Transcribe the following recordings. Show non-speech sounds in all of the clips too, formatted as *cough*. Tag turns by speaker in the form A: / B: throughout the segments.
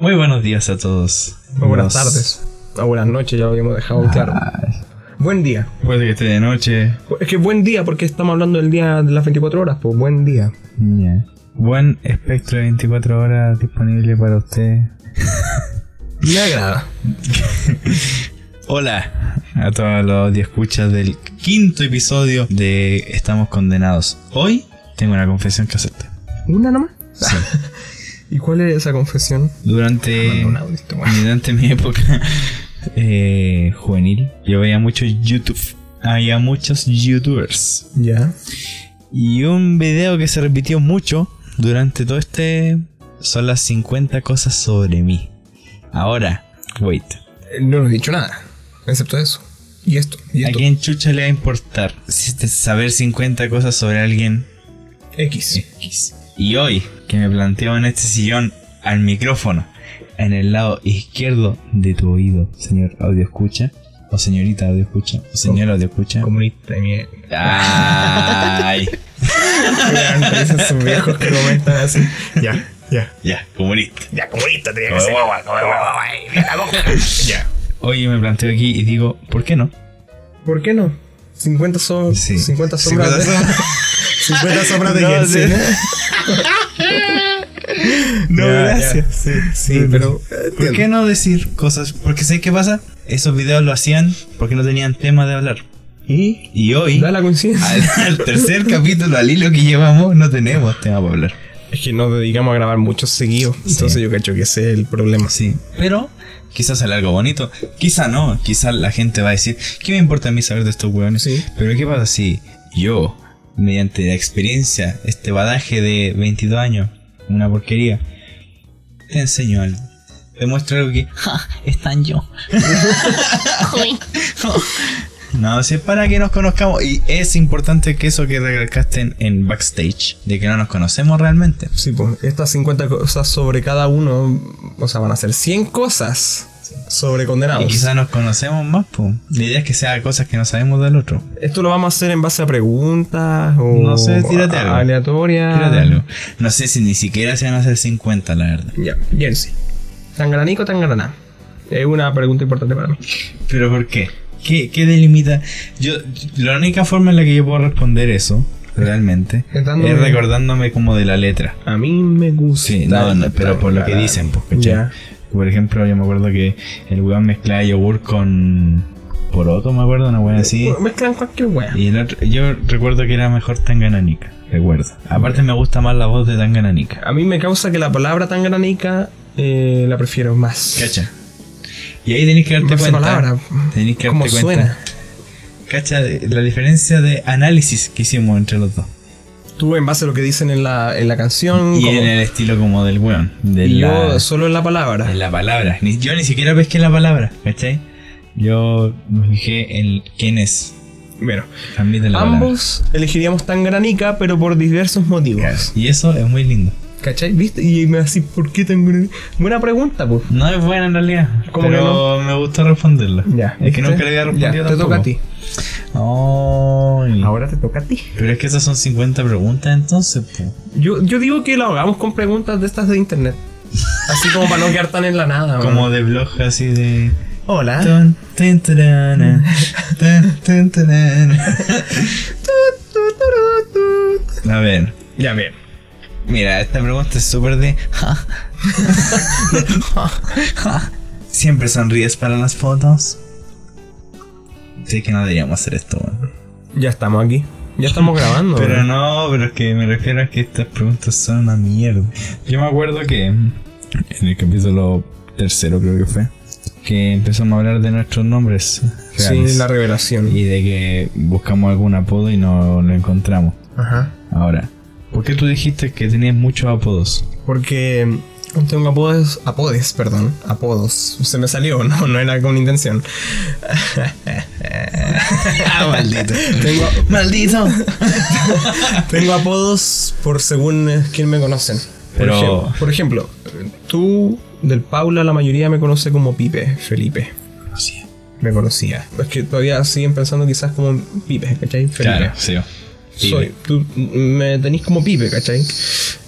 A: Muy buenos días a todos.
B: Muy buenas
A: Nos-
B: tardes. O Ah, buenas noches, ya lo habíamos dejado claro. Buen día.
A: Puede que esté de noche.
B: Es que buen día porque estamos hablando del día de las 24 horas, pues buen día.
A: Buen espectro de 24 horas disponible para usted.
B: Me agrada.
A: Hola a todos los escuchas del quinto episodio de Estamos Condenados. Hoy tengo una confesión que hacerte.
B: ¿Una nomás?
A: Sí.
B: *laughs* ¿Y cuál es esa confesión?
A: Durante,
B: Manda un este audito, bueno.
A: *laughs* durante mi época eh, juvenil, yo veía mucho YouTube. Había muchos YouTubers.
B: Ya.
A: Y un video que se repitió mucho durante todo este son las 50 cosas sobre mí. Ahora, wait,
B: Eh, No nos he dicho nada, excepto eso. Y esto, y
A: ¿a
B: esto.
A: quién chucha le va a importar si te- saber 50 cosas sobre alguien
B: X.
A: X? Y hoy, que me planteo en este sillón al micrófono, en el lado izquierdo de tu oído, señor audio escucha, o señorita audio escucha, o señor audio escucha.
B: Comunista de mierda. *laughs*
A: Ay,
B: Esos son viejos que comentan así. Ya, ya.
A: ya, comunista.
B: Ya, comunista tenía que ser. Ya.
A: Hoy me planteo aquí y digo, ¿por qué no?
B: ¿Por qué no? 50, so-
A: Sí.
B: 50 sombras de... *laughs*
A: 50
B: 50 sombras de
A: No,
B: Jensen. ¿eh?
A: sí. No,
B: Ya,
A: gracias.
B: ya. Sí, sí, pero... eh,
A: ¿Por qué no decir cosas? Porque sé qué pasa. Esos videos lo hacían porque no tenían tema de hablar.
B: Y
A: Y hoy,
B: da la coincidencia.
A: al, al tercer capítulo, al hilo que llevamos, no tenemos tema para hablar.
B: Es que nos dedicamos a grabar muchos seguidos. Entonces yo cacho que ese es el problema.
A: Sí. Pero quizás sale algo bonito. Quizá no. Quizá la gente va a decir, ¿qué me importa a mí saber de estos hueones?
B: Sí.
A: Pero ¿qué pasa si yo, mediante la experiencia, este badaje de 22 años, una porquería, te enseño algo? Te muestro algo que, ja, están yo. *laughs* No, si es para que nos conozcamos. Y es importante que eso que recalcaste en, en backstage, de que no nos conocemos realmente.
B: Sí, pues estas 50 cosas sobre cada uno, o sea, van a ser 100 cosas sobre
A: Y
B: condenados.
A: quizás Ah, nos conocemos más, pues. La idea es que sea cosas que no sabemos del otro.
B: ¿Esto lo vamos a hacer en base a preguntas o
A: No sé, tírate algo.
B: aleatorias?
A: Tírate algo. No sé si ni siquiera se van a hacer 50, la verdad.
B: Ya, Jensi. ¿Tan granico o tan grana? Es una pregunta importante para mí.
A: ¿Pero por qué? ¿Qué, qué delimita? Yo, la única forma en la que yo puedo responder eso, realmente,
B: Es dándome-
A: es recordándome como de la letra.
B: A mí me gusta.
A: Sí, no, no, pero por lo que
B: Claro.
A: dicen, pues, ¿cachai?
B: Ya.
A: Por ejemplo, yo me acuerdo que el weón mezclaba yogur con poroto, me acuerdo, una weón así.
B: Bueno, Mezclan cualquier wea.
A: Y el otro- yo recuerdo que era mejor Tangananica, recuerdo. Aparte me gusta más la voz de Tangananica.
B: A mí me causa que la palabra tan granica eh, la prefiero más.
A: ¿Cacha? Y ahí tenéis que darte
B: Más
A: cuenta.
B: palabra.
A: Tenés que darte
B: Como
A: cuenta.
B: suena.
A: ¿Cacha? De- La diferencia de análisis que hicimos entre los dos.
B: Tú en base a lo que dicen en la, en la canción.
A: Y
B: como-
A: en el estilo como del weón. De
B: y
A: la-
B: yo solo en la palabra.
A: En la palabra. Ni- yo ni siquiera pesqué la palabra, ¿cachai? Yo me fijé en quién es.
B: Bueno,
A: Transmite la palabra.
B: ambos elegiríamos tan granica, pero por diversos motivos.
A: Y eso es muy lindo.
B: ¿Cachai? ¿Viste? Y me decís, ¿por qué tan granica? Buena pregunta, pues.
A: No es buena en realidad.
B: ¿Cómo
A: pero me gustó responderla.
B: Ya.
A: Es que
B: ¿viste?
A: nunca le había
B: Ya,
A: respondido Mm.
B: Te toca a ti.
A: tampoco. Ay.
B: Ahora te toca a ti.
A: Pero es que esas son 50 preguntas entonces, po.
B: Yo, yo digo que lo hagamos con preguntas de estas de internet. Así como para no quedar tan en la nada. man.
A: Como de blog así de.
B: Hola.
A: Tun, tun, tarana, tun, tun, tarana. A ver,
B: Ya, bien.
A: mira, esta pregunta es súper de. *laughs* ja. ¿Siempre sonríes para las fotos? Sí, que no deberíamos hacer esto, weón.
B: Ya estamos aquí.
A: *laughs*
B: Ya estamos grabando.
A: Pero
B: man.
A: no, pero es que me refiero a que estas preguntas son una mierda. Yo me acuerdo que en el capítulo tercero creo que fue, que empezamos a hablar de nuestros nombres.
B: Sí,
A: reales.
B: la revelación.
A: Y de que buscamos algún apodo y no lo encontramos.
B: Ajá.
A: Ahora, ¿por qué tú dijiste que tenías muchos apodos?
B: Porque mm, tengo apodos, apodes, perdón, apodos. Se me salió, *laughs* no, no era con intención.
A: *laughs* Ah, *laughs* maldito.
B: Tengo,
A: ¡Maldito!
B: tengo apodos por según eh, quién me conocen. Por,
A: Pero-
B: ejem- por ejemplo, eh, tú del Paula la mayoría me conoce como Pipe, Felipe.
A: Sí.
B: Me conocía. Es que todavía siguen pensando quizás como en Pipe, ¿cachai? Felipe.
A: Claro, sí. Pipe.
B: Soy, tú mm, me tenés como Pipe, ¿cachai?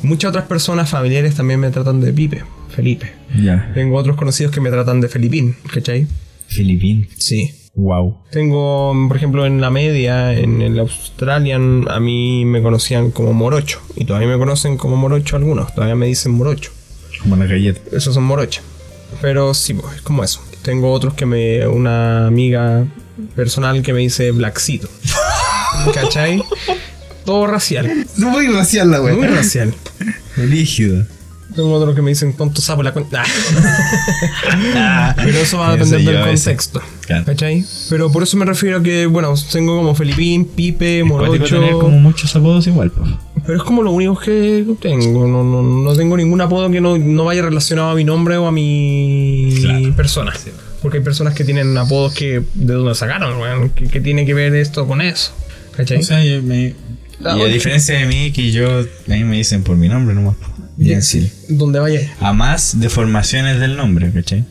B: Muchas otras personas familiares también me tratan de Pipe. Felipe.
A: Ya.
B: Tengo otros conocidos que me tratan de Felipín, ¿cachai?
A: Filipín.
B: Sí.
A: Wow.
B: Tengo, por ejemplo, en la media, en el Australian, a mí me conocían como morocho. Y todavía me conocen como morocho algunos, todavía me dicen morocho.
A: Como la galleta.
B: Esos son morocha. Pero sí, pues, es como eso. Tengo otros que me. Una amiga personal que me dice
A: *laughs*
B: blackcito. ¿Cachai? Todo racial.
A: Muy racial la
B: Muy racial.
A: Rígido.
B: Tengo otros que me dicen tonto sapo la cuenta. *laughs* Pero eso va a
A: Ese
B: depender
A: Ah. yo,
B: del
A: ese.
B: contexto.
A: Claro.
B: ¿Cachai? Pero por eso me refiero a que, bueno, tengo como Felipín, Pipe,
A: Puede
B: Morocho.
A: tener como muchos apodos igual, pues.
B: Pero es como lo único que tengo. No, no, no tengo ningún apodo que no, no vaya relacionado a mi nombre o a mi
A: Claro.
B: persona. Porque hay personas que tienen apodos que de dónde sacaron, weón. ¿Qué, qué tiene que ver esto con eso? ¿Cachai?
A: O sea, yo me...
B: Ah,
A: y a
B: oye.
A: diferencia de mí, que eh, yo... A mí me dicen por mi nombre nomás. po. Jensil.
B: donde vaya.
A: A más deformaciones del nombre, ¿cachai?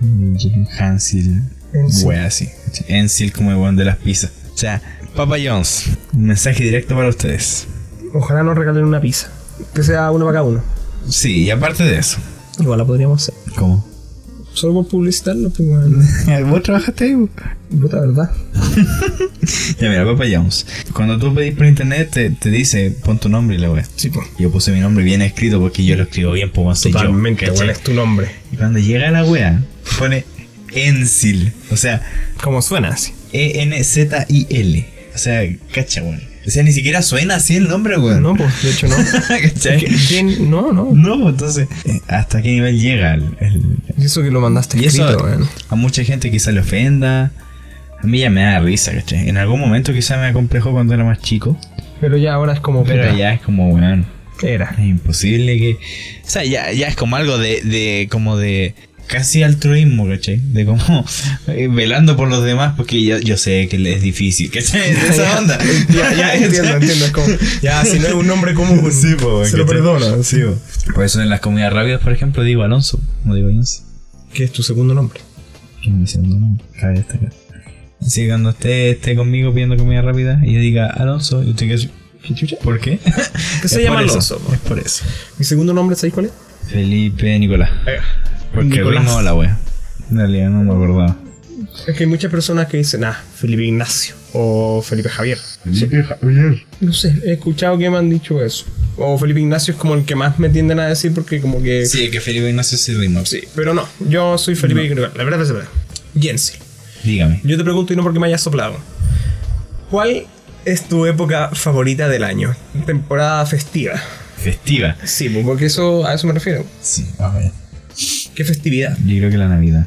A: Mm. Hansil.
B: Ensil.
A: Wea así. ¿cachai? Ensil como el weón de las pizzas. O sea, Papa Jones. Un mensaje directo para ustedes.
B: Ojalá nos regalen una pizza. Que sea uno para cada uno.
A: Sí, y aparte de eso.
B: Igual la podríamos hacer.
A: ¿Cómo?
B: Solo por publicitarlo, pues, *laughs*
A: *laughs*
B: weón.
A: ¿Vos trabajaste ahí?
B: Puta verdad.
A: Ya mira, Papa Jones. Cuando tú pedís por internet, te, te dice, pon tu nombre y la wea.
B: Sí, pues.
A: Yo puse mi nombre bien escrito porque yo lo escribo bien, pues weón, soy yo,
B: Totalmente,
A: ¿cachai?
B: weón, es tu nombre.
A: Y cuando llega la wea, pone Ensil. O sea, E
B: Como suena así.
A: E-N-Z-I-L. O sea, cacha, weón. O sea, ni siquiera suena así el nombre, weón.
B: No, pues, de *laughs* hecho no.
A: *laughs* ¿Cachai?
B: ¿Quién? No, no.
A: No, entonces, eh, ¿hasta qué nivel llega el- el,
B: Y eso que lo mandaste
A: Y eso
B: escrito, weón.
A: a mucha gente quizá le ofenda. A mí ya me da risa, ¿cachai? En algún momento quizá me acomplejó cuando era más chico.
B: Pero ya ahora es como
A: Pero
B: puta,
A: ya es como, weón,
B: Era.
A: es imposible que... O sea, ya, ya es como algo de, de... como de... Casi altruismo, ¿cachai? De como eh, velando por los demás porque yo, yo sé que es difícil,
B: *laughs*
A: ¿cachai? De esa onda.
B: Ya,
A: *laughs*
B: ya entiendo, entiendo. Es como, ya, si no es un nombre común,
A: Sí, po,
B: se lo
A: ¿cachai?
B: perdona.
A: Sí, po. Por eso en las comidas rápidas, por ejemplo, digo Alonso, no digo Alonso.
B: ¿Qué es tu segundo nombre?
A: Que me dice, no, este no, cabe destacar. Así que cuando usted esté conmigo pidiendo comida rápida y yo diga Alonso, y usted que ¿Qué chucha? ¿Por
B: *laughs*
A: qué?
B: ¿Qué se
A: Es
B: llama
A: por eso,
B: Alonso? po?
A: Es por eso.
B: ¿Mi segundo nombre sabéis cuál es?
A: Felipe Nicolás. Porque
B: Nicolás.
A: Nicolás. no la wea. En realidad no me acordaba.
B: Es que hay muchas personas que dicen, ah, Felipe Ignacio o Felipe Javier. No sé, he escuchado que me han dicho eso. O Felipe Ignacio es como el que más me tienden a decir porque como que...
A: Sí, que Felipe Ignacio se ritmo.
B: Sí, pero no, yo soy Felipe Ignacio. La verdad es la verdad. Jensi.
A: Dígame.
B: Yo te pregunto y no porque me hayas soplado. ¿Cuál es tu época favorita del año? Temporada festiva.
A: Festiva.
B: Sí, pues, porque eso a eso me refiero.
A: Sí, a ver.
B: ¿Qué festividad?
A: Yo creo que la Navidad.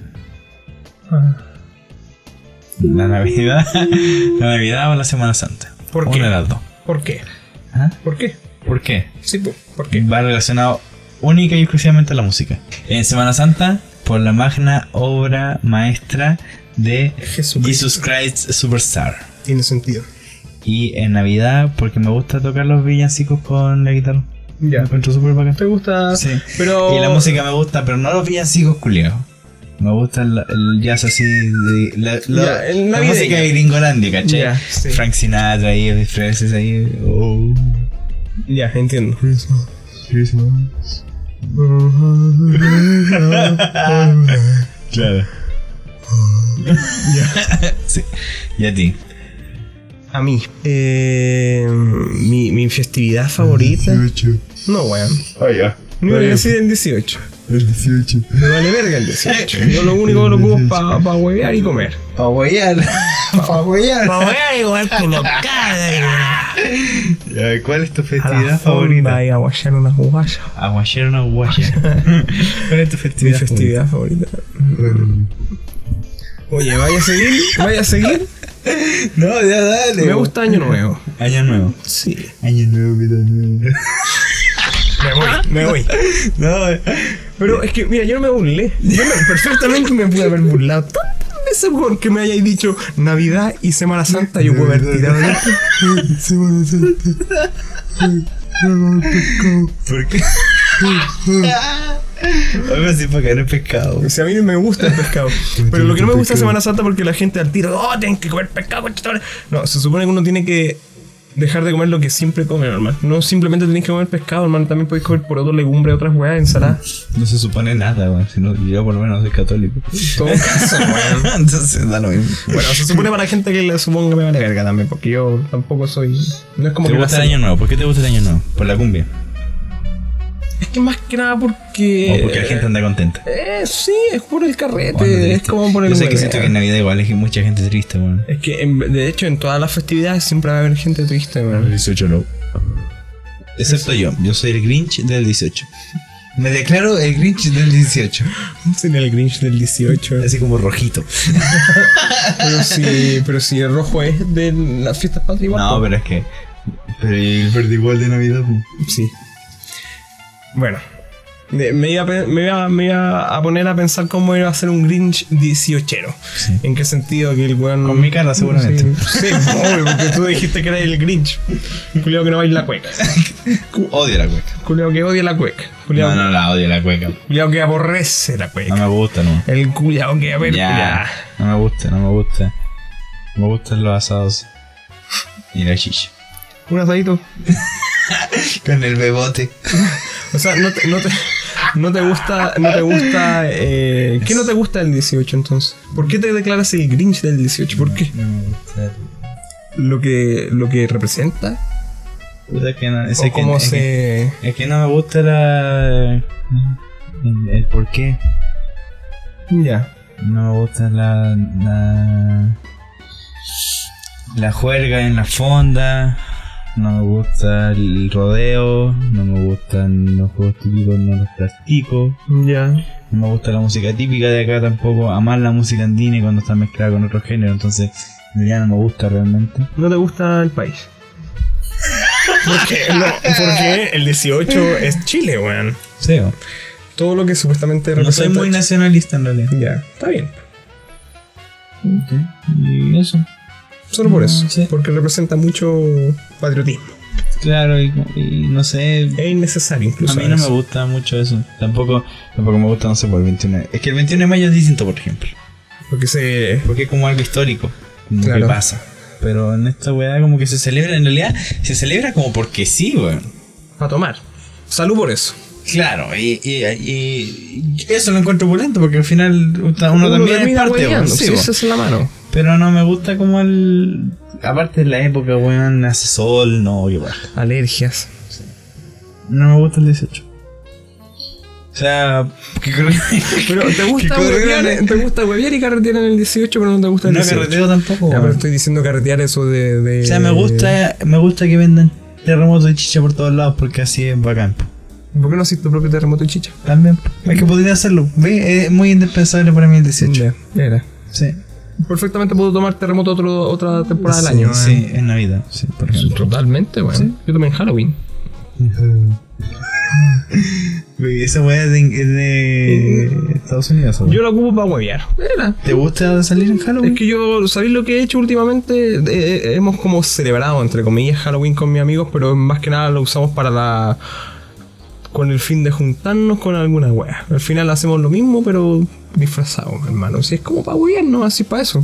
A: La Navidad. *laughs* la Navidad o la Semana Santa.
B: ¿Por
A: Una
B: qué?
A: de las dos.
B: ¿Por qué?
A: ¿Ah?
B: ¿Por qué?
A: ¿Por qué?
B: Sí, pues, ¿por
A: que
B: qué?
A: va relacionado única y exclusivamente a la música. En Semana Santa, por la magna obra maestra de
B: Jesucristo.
A: Jesus Christ Superstar.
B: Tiene sentido.
A: Y en Navidad, porque me gusta tocar los villancicos con la guitarra.
B: Ya.
A: Me encuentro súper bacán.
B: ¿Te gusta?
A: Sí.
B: Pero...
A: Y la música me gusta, pero no los villancicos culiados. Me gusta el, el jazz así de la, la-
B: Ya, el
A: la
B: navideño.
A: música de Gringolandia, ¿cachai?
B: Ya, sí.
A: Frank Sinatra ahí, Elvis Presley ahí. Oh.
B: Ya, entiendo.
A: Claro. *laughs* sí. Y a ti.
B: A mí. Eh, mi, mi festividad favorita. No, weón.
A: Ah, ya.
B: No voy a decir el 18.
A: El 18.
B: Me vale verga el 18. Yo lo único que lo ocupo es para pa huevear y comer.
A: Pa' huevear. Pa' huevear.
B: huevear y comer tu locada.
A: Ya, ¿Cuál es tu
B: A la
A: festividad
B: favorita.
A: favorita?
B: Y a guayar unas guayas.
A: Aguayero no aguaya. *laughs* ¿Cuál es tu
B: Mi
A: festividad?
B: festividad favorita. Oye, vaya a seguir, vaya a seguir.
A: favorita? No, ya dale.
B: Me gusta Año Nuevo.
A: Año nuevo.
B: Sí.
A: Año nuevo, vida nueva.
B: Me voy, me *laughs* voy.
A: No,
B: Pero es que, mira, yo no me burlé. Yo me- perfectamente me pude haber burlado. Tantas veces porque me hayáis dicho Navidad y Semana Santa, yo puedo haber tirado. de-
A: ¿por qué? *laughs* Algo así para caer el pescado.
B: O sea, a mí no me gusta el pescado. Pero lo que no me gusta
A: Pescado.
B: es Semana Santa porque la gente al tiro, oh, tienen que comer pescado, conchetumare". No, se supone que uno tiene que dejar de comer lo que siempre comen, hermano. No simplemente tenéis que comer pescado, hermano. También podéis comer por otro legumbre, otras weas, ensaladas.
A: No se supone nada, weón. Si no, yo por lo menos soy católico.
B: En todo *laughs* caso,
A: *laughs*
B: weón.
A: Entonces da lo mismo.
B: Bueno, se supone para gente que le suponga me vale verga también, porque yo tampoco soy. No es como
A: ¿Te
B: que
A: gusta
B: la-
A: el año nuevo? ¿Por qué te gusta el año nuevo? ¿Por la cumbia?
B: Es que más que nada porque.
A: ¿O porque la gente anda contenta?
B: Eh, sí, es por el
A: ¿O anda
B: carrete, este es
A: triste?
B: como por el.
A: Yo sé que
B: hueveo.
A: siento que en Navidad igual es que mucha gente triste, weón.
B: Es que, en- de hecho, en todas las festividades siempre va a haber gente triste, weón.
A: 18 no. Excepto yo, yo soy el Grinch del 18. Me declaro el Grinch del 18.
B: Sin el Grinch del 18.
A: Así como rojito.
B: Pero si, pero si el rojo es de las fiestas patrias, igual,
A: No,
B: po.
A: pero es que. Pero el verde igual de Navidad.
B: Sí. Bueno. de- Me iba, a, pe- me, iba, me iba a poner a pensar cómo iba a ser un Grinch 18.
A: Sí.
B: ¿En qué sentido que el weón.
A: Con mi cara, seguramente.
B: Sí, *laughs* sí, obvio, porque tú dijiste que era el Grinch. Julio que no baila cueca.
A: Odio la cueca.
B: Julio que odia la cueca. Julio,
A: No, no la odio la cueca.
B: que aborrece la
A: No
B: cueca.
A: me gusta, no.
B: El culiao que a ver,
A: Ya.
B: culiao.
A: No me gusta, no me gusta. Me gustan los asados. Y la chicha.
B: Un asadito.
A: *laughs* Con el bebote.
B: O sea, no te, no te, no te gusta. No te gusta eh, ¿Qué no te gusta del 18 entonces? ¿Por qué te declaras el Grinch del 18? ¿Por qué?
A: No me gusta.
B: Lo que, lo que representa.
A: Puta que no. Es
B: o
A: que,
B: cómo
A: es que-
B: se.
A: Es que no me gusta la. El, el por qué.
B: Ya.
A: No me gusta la. La, la juerga en la fonda. No me gusta el rodeo. No me gustan los juegos típicos, no los practico.
B: Ya.
A: No me gusta la música típica de acá tampoco. Amar la música andina cuando está mezclada con otro género. Entonces, ya no me gusta realmente.
B: No te gusta el país. Porque, no, porque el 18 es Chile, weón.
A: Sí, o-
B: Todo lo que supuestamente
A: no soy
B: representa.
A: muy nacionalista en realidad.
B: Ya, está bien.
A: Y eso.
B: Solo por eso.
A: Mm, Sí.
B: Porque representa mucho patriotismo.
A: Claro, y- y no sé.
B: Es innecesario
A: A
B: incluso.
A: mí no me
B: eso.
A: gusta mucho eso. Tampoco, tampoco me gusta, no sé, por el 21. Es que el 21 de mayo es distinto, por ejemplo.
B: Porque se.
A: Porque es como algo histórico. Como
B: Claro.
A: que pasa. Pero en esta weá como que se celebra, en realidad, se celebra como porque sí, weón.
B: Para tomar. Salud por eso.
A: Claro, y, y- y- y eso lo encuentro opulento, porque al final uno, también es
B: termina
A: parte, weón.
B: hueveando,
A: Sí,
B: sí,
A: weón.
B: esa es la mano.
A: Pero no me gusta como el... Aparte de la época, weón, hace sol, no, qué paja.
B: Alergias.
A: No me gusta el 18. O sea, que corri-
B: Pero te *laughs* gusta
A: que corrieron
B: huevear, eh, te gusta huevear y carretear en el 18, pero no te gusta el
A: No
B: 18.
A: carreteo tampoco.
B: Ya, pero
A: weón.
B: estoy diciendo carretear eso de, de-
A: O sea, me gusta, eh. me gusta que vendan terremotos de chicha por todos lados porque así es bacán. po.
B: ¿Por qué no haces tu propio terremoto y chicha?
A: También. po. Es que podría hacerlo. Ve, es muy indispensable para mí el 18.
B: Ya, era.
A: Sí.
B: Perfectamente puedo tomar terremoto otro, otra temporada
A: sí,
B: del año.
A: Sí,
B: eh.
A: en Navidad. Sí, por ejemplo.
B: Totalmente, weón.
A: Sí.
B: Yo tomé en Halloween.
A: Güey, Esa weá es de, es de Estados Unidos. ¿o?
B: Mm. Yo la ocupo para huevear. Era.
A: ¿Te gusta salir en Halloween?
B: Es que yo, ¿sabéis lo que he hecho últimamente? Eh, eh, hemos como celebrado, entre comillas, Halloween con mis amigos, pero más que nada lo usamos para la... Con el fin de juntarnos con alguna wea. Al final hacemos lo mismo, pero disfrazado, hermano. Si es como para huevear, no, así para eso.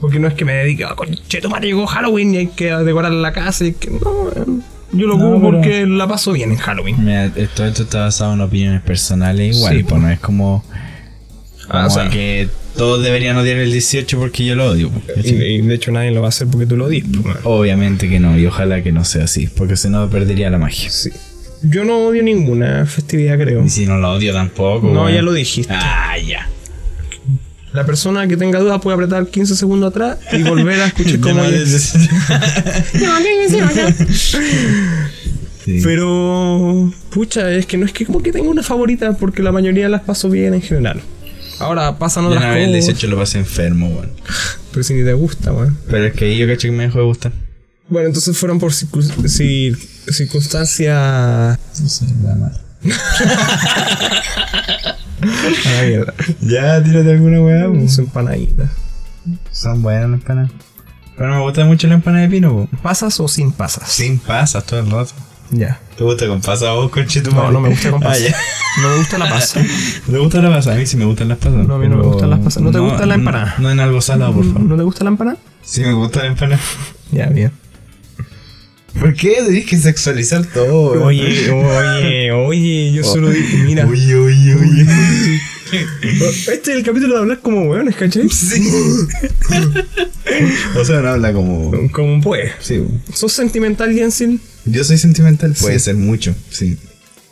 B: Porque no es que me dedique a, conche, tu madre, llegó Halloween y hay que decorar la casa. Y que, no, eh, yo lo
A: No,
B: ocupo
A: pero-
B: porque la paso bien en Halloween.
A: Mira, eh, todo esto está basado en opiniones personales igual,
B: Sí,
A: pues no es como, como
B: Ah, o sea.
A: que todos deberían odiar el 18 porque yo lo odio. po,
B: Y,
A: ¿cachai?
B: y de hecho nadie lo va a hacer porque tú lo dices. pues, man.
A: Obviamente que no, y ojalá que no sea así, porque si no perdería la magia.
B: Sí. Yo no odio ninguna festividad, creo.
A: Y si no la odio tampoco.
B: No,
A: weón.
B: ya lo dijiste.
A: Ah, ya.
B: La persona que tenga dudas puede apretar 15 segundos atrás y volver
A: *laughs*
B: a escuchar
A: De
B: cómo
A: más de
B: es.
A: 60. Sí.
B: Pero, pucha, es que no es que como que tenga una favorita porque la mayoría las paso bien en general. Ahora pasan
A: Yo
B: otras
A: una vez el
B: cosas.
A: 18 lo pasé enfermo, weón.
B: Pero si ni te gusta, weón.
A: Pero es que ahí yo cacho que me dejó de gustar.
B: Bueno, entonces fueron por circun- cir- circunstancias. A
A: No sé, nada más.
B: la mierda.
A: Ya, tírate alguna weá, po.
B: Son empanaditas.
A: Son buenas las empanadas. Pero no me gusta mucho la empanada de pino, weón.
B: ¿Pasas o sin pasas?
A: Sin pasas todo el rato.
B: Ya.
A: ¿Te gusta con pasas a vos, coche tu
B: No, no me gusta con pasas.
A: Ah, ya.
B: No me gusta la pasa.
A: *laughs* ¿Te gusta la pasa? A mí sí me gustan las pasas.
B: No, a mí no me
A: pero
B: gustan las pasas. ¿No te gusta la empanada? Mm.
A: No, en algo salado, por favor.
B: ¿No te gusta la empanada?
A: Sí me gusta la empanada.
B: Ya, bien.
A: ¿Por qué tenés que sexualizar todo?
B: Oye, oye, Oh, oye, yo solo dije, mira.
A: Oye, oye, oye.
B: Este es el capítulo de hablar como weones, ¿cachai?
A: Sí. o sea, no habla como.
B: Como pues.
A: Sí.
B: ¿Sos sentimental, Jensen?
A: Yo soy sentimental, puede ser mucho, sí.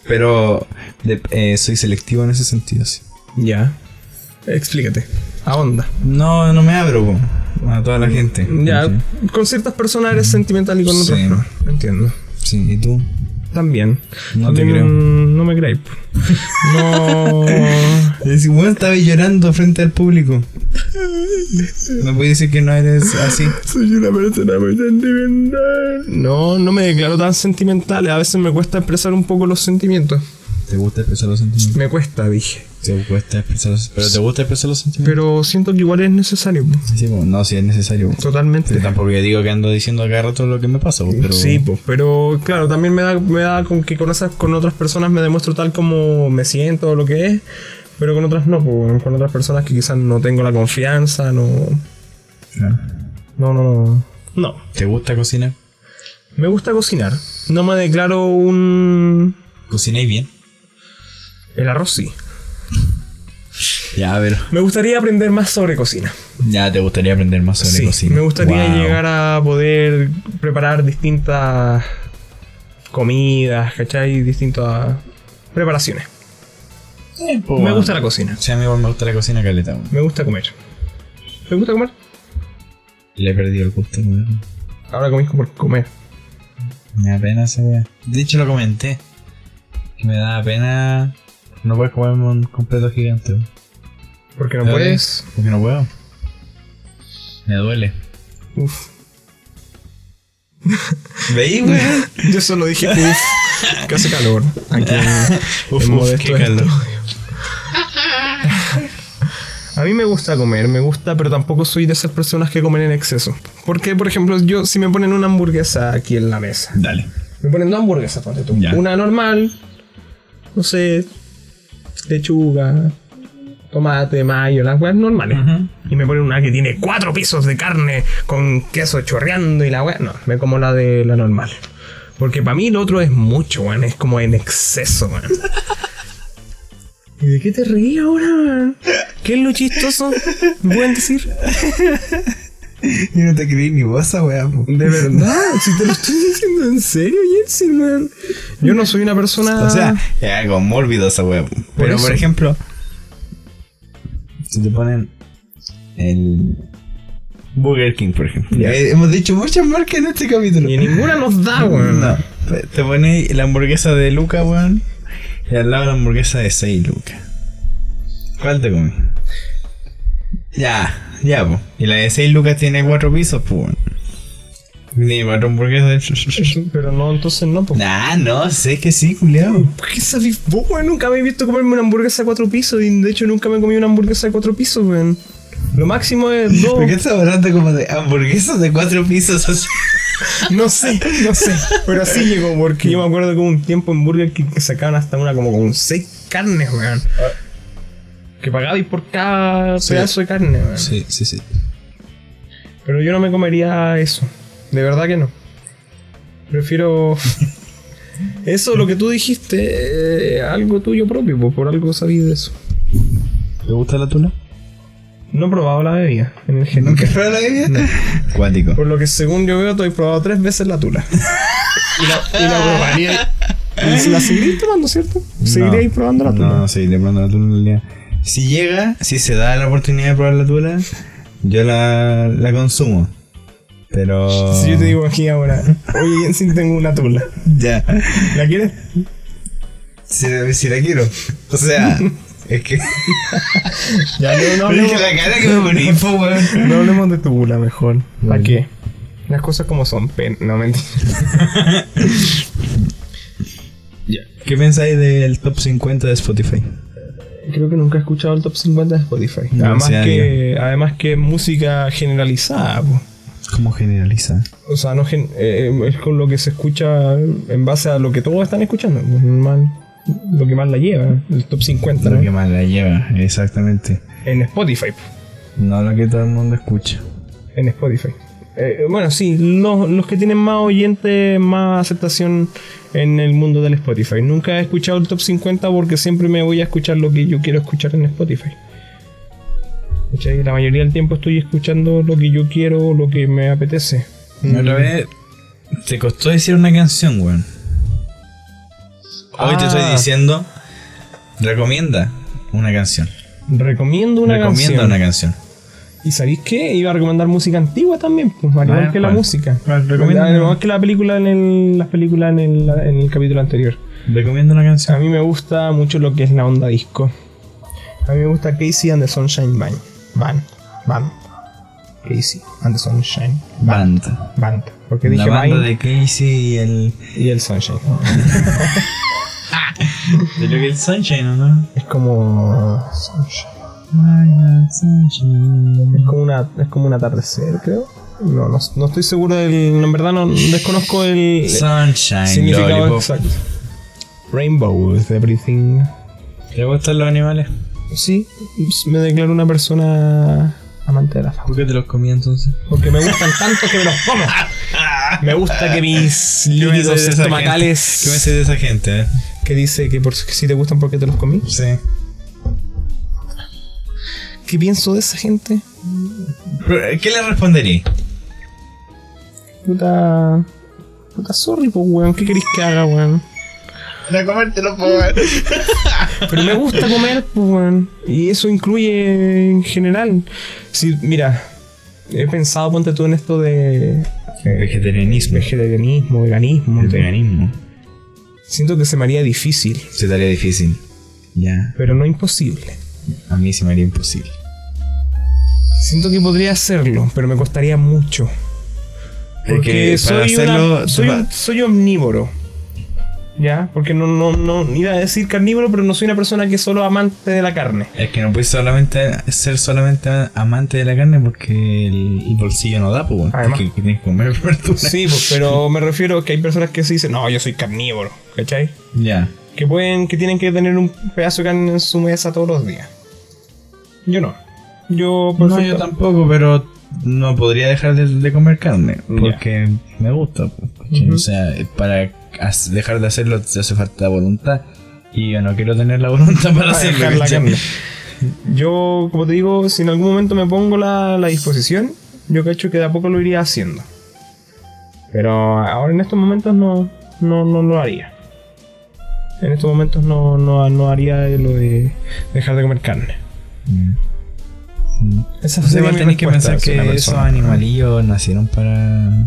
A: Pero de- eh, soy selectivo en ese sentido, sí.
B: Ya. Explícate. A onda.
A: No, no me abro po, a toda la gente.
B: Ya,
A: Sí.
B: con ciertas personas eres sentimental y con otras
A: Sí.
B: no. Entiendo.
A: Sí, ¿y tú?
B: También.
A: No te
B: También,
A: creo.
B: No me creí. No.
A: Es bueno, estaba llorando frente al público. No puedes decir que no eres así.
B: *laughs* Soy una persona muy sentimental. No, no me declaro tan sentimental. A veces me cuesta expresar un poco los sentimientos.
A: ¿Te gusta expresar los sentimientos?
B: Me cuesta, dije.
A: Te cuesta expresar los Pero te gusta expresar los sentimientos.
B: Pero siento que igual es necesario.
A: Sí, po, no, si es necesario. po.
B: Totalmente.
A: Sí, tampoco yo digo que ando diciendo acá rato lo que me pasa, po, pero.
B: Sí, pues, pero claro, también me da, me da con que con, esas, con otras personas me demuestro tal como me siento o lo que es, pero con otras no, pues, con otras personas que quizás no tengo la confianza, no.
A: Ah.
B: No, no, no. No.
A: ¿Te gusta cocinar?
B: Me gusta cocinar. No me declaro un.
A: ¿Cocináis bien?
B: El arroz sí.
A: Ya, a ver.
B: Me gustaría aprender más sobre cocina.
A: Ya, te gustaría aprender más sobre
B: Sí,
A: cocina.
B: me gustaría
A: Wow.
B: llegar a poder preparar distintas comidas, ¿cachai? Distintas preparaciones.
A: Eh, po,
B: Me
A: bueno.
B: gusta la cocina.
A: Sí, a mí igual me gusta la cocina caleta. bueno.
B: Me gusta comer. ¿Te gusta comer?
A: Le he perdido el gusto, bueno.
B: Ahora comís por comer.
A: Me da pena esa wea. De hecho, lo comenté. Que me da pena. No puedes comerme un completo gigante. weón.
B: Porque no
A: ¿Me duele?
B: puedes.
A: Porque no puedo. Me duele.
B: Uf.
A: ¿Veis, weón?
B: Yo solo dije uf. que hace calor. Aquí en,
A: Uf, uf,
B: en Modesto
A: qué calor.
B: Estudio. A mí me gusta comer, me gusta, pero tampoco soy de esas personas que comen en exceso. Porque, por ejemplo, yo si me ponen una hamburguesa aquí en la mesa.
A: Dale.
B: Me ponen dos hamburguesas, ponte tú.
A: Ya.
B: Una normal, no sé, lechuga, tomate, mayo, las weas normales.
A: Ujú.
B: Y me ponen una que tiene cuatro pisos de carne con queso chorreando y la wea. No, me como la de la normal. Porque para mí lo otro es mucho, weón. Es como en exceso, weón. *laughs* ¿Y de qué te reí ahora, weón? ¿Qué es lo chistoso? ¿Me pueden decir?
A: Yo no te creí ni vos esa weá, po.
B: De verdad, si te lo estoy diciendo en serio, Jensen, weón. Yo no soy una persona.
A: O sea, es algo mórbido esa weá. po.
B: Ah. Por
A: Pero
B: eso.
A: por ejemplo, si te ponen el Burger King, por ejemplo.
B: Ya.
A: Eh, hemos dicho muchas marcas en este capítulo.
B: Y ninguna nos da, weón.
A: No, te- te pones la hamburguesa de Luca, weón. Y al lado la hamburguesa de 6 Luca. ¿Cuál te comí? Ya, ya, po. Y la de 6 Lucas tiene 4 pisos, pues, weón. Ni 4
B: *laughs*
A: hamburguesas.
B: Pero no, entonces no, pues.
A: nah, no, sé que sí, culiao.
B: ¿Por qué sabes vos, weón? Nunca me he visto comerme una hamburguesa de cuatro pisos. Y de hecho, nunca me he comido una hamburguesa de cuatro pisos, weón. Lo
A: *laughs*
B: máximo es dos.
A: ¿Por qué estás hablando como de hamburguesas de 4 pisos? así?
B: No sé, no sé. Pero así llegó, porque yo me acuerdo que hubo un tiempo en Burger King que sacaban hasta una como con seis carnes, weón. Que pagabais por cada
A: Ah. Sí.
B: pedazo de carne, weón.
A: Sí, sí, sí.
B: Pero yo no me comería eso. De verdad que no. Prefiero. *laughs* Eso, lo que tú dijiste, eh, algo tuyo propio, pues por algo sabí de eso.
A: ¿Te gusta la tuna?
B: No he probado la bebida
A: ¿Nunca
B: energética.
A: probé la bebida? Cuático.
B: Por lo que según yo veo, te he probado tres veces la
A: *laughs*
B: tula. y la, y la probaría. y si la seguiréis tomando, ¿cierto? Seguiréis probando la tula.
A: No, seguiré probando la tula en realidad. Si llega, si se da la oportunidad de probar la tula, yo la, la consumo. Pero.
B: Si yo te digo aquí ahora, oye, Jensen, tengo una tula.
A: Ya.
B: ¿La quieres?
A: Si, si la quiero. O sea,
B: *laughs*
A: es que.
B: Ya no, no
A: Pero *laughs* es que
B: hablemos-
A: la cara que me poní, po, weón.
B: *laughs* No hablemos de tu bula mejor. ¿Para
A: Bueno.
B: qué? Las cosas como son, pen. No mentira.
A: ¿Qué pensáis del top 50 de Spotify?
B: Creo que nunca he escuchado el top 50 de Spotify.
A: No,
B: además,
A: sí,
B: que, además que música generalizada, po.
A: ¿Cómo generaliza?
B: O sea, no gen- eh, eh, es con lo que se escucha en base a lo que todos están escuchando. pues, normal. Lo que más la lleva, el top 50
A: Lo
B: ¿no?
A: que más la lleva, exactamente.
B: en Spotify. po.
A: No lo que todo el mundo escucha.
B: En Spotify. eh, bueno, sí, los, los que tienen más oyentes, más aceptación en el mundo del Spotify. Nunca he escuchado el top 50 porque siempre me voy a escuchar lo que yo quiero escuchar en Spotify. ¿Cachai? La mayoría del tiempo estoy escuchando lo que yo quiero, lo que me apetece.
A: Otra vez, te costó decir una canción, weón. Hoy te estoy
B: Ah.
A: diciendo, recomienda una canción.
B: Recomiendo una
A: recomienda
B: canción.
A: una canción.
B: ¿Y sabéis qué? Iba a recomendar música antigua también, pues, al
A: Ah,
B: igual que la
A: ¿cuál?
B: música.
A: ¿Cuál recomiendas?
B: Al igual que la película en el, las películas en el, en el capítulo anterior.
A: Recomienda una
B: A
A: canción.
B: mí me gusta mucho lo que es la onda disco. A mí me gusta Casey and the Sunshine Band. Band. Band. Casey and the Sunshine
A: Banda.
B: Band. Porque
A: La
B: dije
A: banda
B: Band
A: de Casey y el.
B: y el Sunshine.
A: De lo que el Sunshine, ¿o no?
B: Es como. Sunshine. Es
A: Sunshine.
B: como, una, es como un atardecer, creo. No, no, no estoy seguro del. En verdad, no desconozco el. Significado
A: Lollipop.
B: exacto. Rainbow is everything.
A: ¿Te gustan los animales?
B: Sí, me declaro una persona amante de la fauna.
A: ¿Por qué te los comí entonces?
B: Porque me gustan tanto que me los
A: *laughs*
B: como. Me gusta que mis
A: ¿Qué me decís
B: líquidos
A: de esa gente? ¿Qué me
B: estomacales
A: decís de esa gente, eh?
B: que dice que por que si te gustan porque te los comí.
A: Sí.
B: ¿Qué pienso de esa gente?
A: eh, ¿Qué le respondería?
B: Puta. Puta sorry, pues weón, ¿qué querés que haga, weón?
A: No comértelo, pobre.
B: Pero me gusta comer, pues, weón. Y eso incluye en general. Si, mira, he pensado, ponte tú en esto de
A: Eh, Vegetarianismo.
B: vegetarianismo, veganismo.
A: Vegetarianismo.
B: Siento que se me haría difícil,
A: Se te haría difícil. Ya.
B: pero no imposible.
A: A mí se me haría imposible.
B: Siento que podría hacerlo, pero me costaría mucho. Porque
A: para
B: soy,
A: hacerlo.
B: una- soy, un- soy omnívoro. ¿Ya? Porque no, no, no, iba a decir carnívoro, pero no soy una persona que es solo amante de
A: *laughs*
B: la carne.
A: Es que no puedes solamente ser solamente amante de la carne porque el bolsillo no da, pues, weón.
B: Además.
A: Tienes que- tienes que comer verdura.
B: Sí, pues, pero me refiero que hay personas que se dicen, no, yo soy carnívoro, ¿cachai?
A: Ya.
B: Que pueden, que tienen que tener un pedazo de carne en su mesa todos los días. Yo no. Yo,
A: No, Pues yo tampoco, pero no podría dejar de, de comer carne
B: Ya.
A: porque me gusta. pues, ¿cachai?
B: Ujú.
A: O sea, para has- dejar de hacerlo te hace falta voluntad y yo no quiero tener la *laughs* voluntad para
B: para
A: hacerlo.
B: dejar la
A: ¿cachai?
B: carne. Yo, como te digo, si en algún momento me pongo la, la disposición, yo cacho que de a poco lo iría haciendo. Pero ahora en estos momentos no, no, no lo haría. En estos momentos no, no, no haría lo de dejar de comer carne.
A: Mm. Mm. O sea,
B: Esa sería
A: igual
B: mi
A: tenés que
B: respuesta
A: pensar
B: hacia una
A: que esos
B: persona.
A: animalillos nacieron para.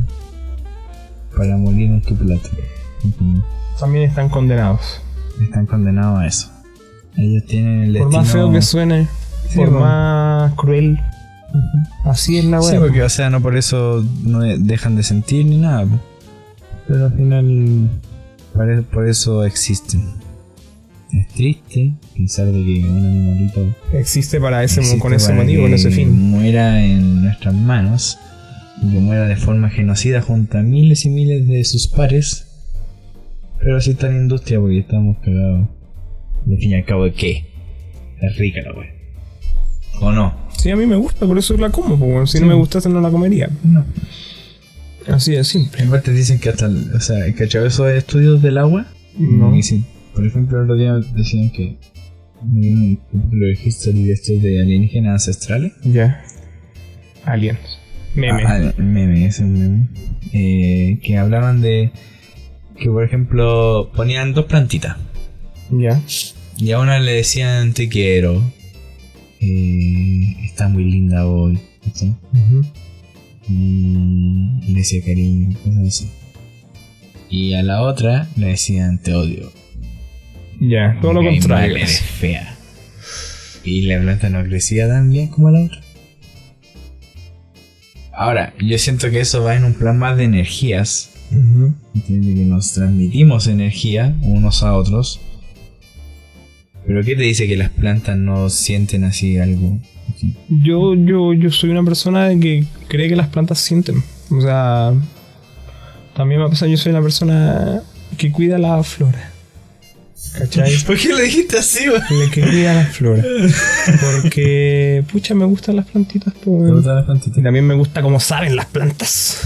A: para morir en tu plato. Ujú.
B: También están condenados.
A: Están condenados a eso. Ellos tienen el
B: Por
A: destino.
B: más feo que suene,
A: Sí,
B: por
A: bueno.
B: más cruel. Así es la
A: Sí,
B: wea.
A: porque, o sea, no por eso no de- dejan de sentir ni nada. po. Pero al final, pare- por eso existen. Es triste pensar de que un animalito.
B: Existe para ese,
A: existe
B: con ese
A: para
B: motivo, con
A: que
B: ese fin.
A: Muera en nuestras manos. y Que muera de forma genocida junto a miles y miles de sus pares. Pero así está la industria porque estamos cagados. Y al fin y al cabo, ¿qué? Es rica la wea. ¿O no?
B: Sí, a mí me gusta, por eso la como. po, weón. Si
A: Sí.
B: no me gustase, no la comería.
A: No.
B: Así de simple.
A: En parte dicen que hasta, o sea, ¿cachai? Esos estudios del agua.
B: No.
A: Dicen, por ejemplo, el otro día decían que mm, los registros directos de alienígenas ancestrales.
B: Ya. Aliens. Meme.
A: Ah, ah, meme, es un meme. Eh, que hablaban de que, por ejemplo, ponían dos plantitas.
B: Ya.
A: Y a una le decían, te quiero. Eh, está muy linda hoy. ¿cachai? Mm, le decía cariño, cosas así. Y a la otra le decían te odio.
B: Ya. Todo lo
A: Porque
B: contrario.
A: Imbal Eres fea. Y la planta no crecía tan bien como la otra. Ahora, yo siento que eso va en un plan más de energías.
B: Ujú.
A: ¿entiendes? Que nos transmitimos energía unos a otros. Pero ¿qué te dice que las plantas no sienten así algo?
B: Yo, yo, yo soy una persona que cree que las plantas sienten. O sea. También me pasa, yo soy una persona que cuida la flora. ¿Cachai? *laughs*
A: ¿Por qué le dijiste así, weón?
B: Le quería las flores. Porque, pucha, me gustan las plantitas. po,
A: ¿Te
B: weón.
A: gustan las plantitas?
B: Y también me gusta como saben las plantas.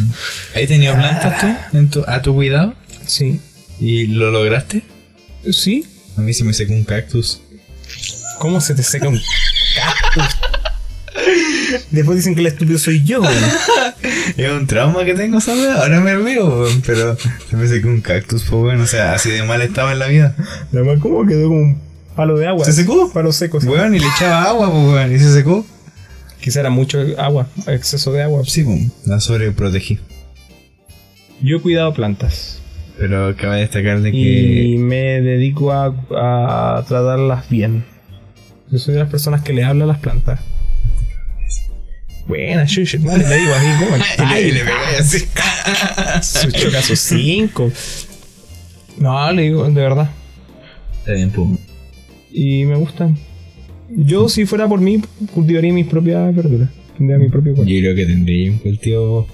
A: ¿Has tenido plantas tú en tu- a tu cuidado?
B: Sí.
A: ¿Y lo lograste?
B: ¿Sí?
A: A mí se me secó un cactus.
B: ¿Cómo se te seca un cactus? Después dicen que el estúpido soy yo, weón.
A: Es un trauma que tengo, ¿sabes? Ahora me río, weón, pero se me secó un cactus, pues, weón. O sea, así de mal estaba en la vida.
B: La más como quedó como un palo de agua.
A: ¿Se secó?
B: Palo seco. sí.
A: Weón, y le echaba agua, pues, weón, y se secó.
B: Quizá era mucho agua, exceso de agua.
A: Sí, pues, la sobreprotegí.
B: Yo he cuidado plantas. Eh,
A: Pero acaba de destacar de que.
B: Y me dedico a, a tratarlas bien. Yo soy de las personas que le habla a las plantas. Buena, yo, yo, madre, le digo así, como *laughs*
A: Ay, le pegué así.
B: su choca sus cinco. No, le digo, de verdad.
A: Está bien, pum.
B: Y me gustan. Yo, si fuera por mí, cultivaría mis propias verduras. Tendría mi propio
A: Yo
B: huerto.
A: creo que tendría un cultivo.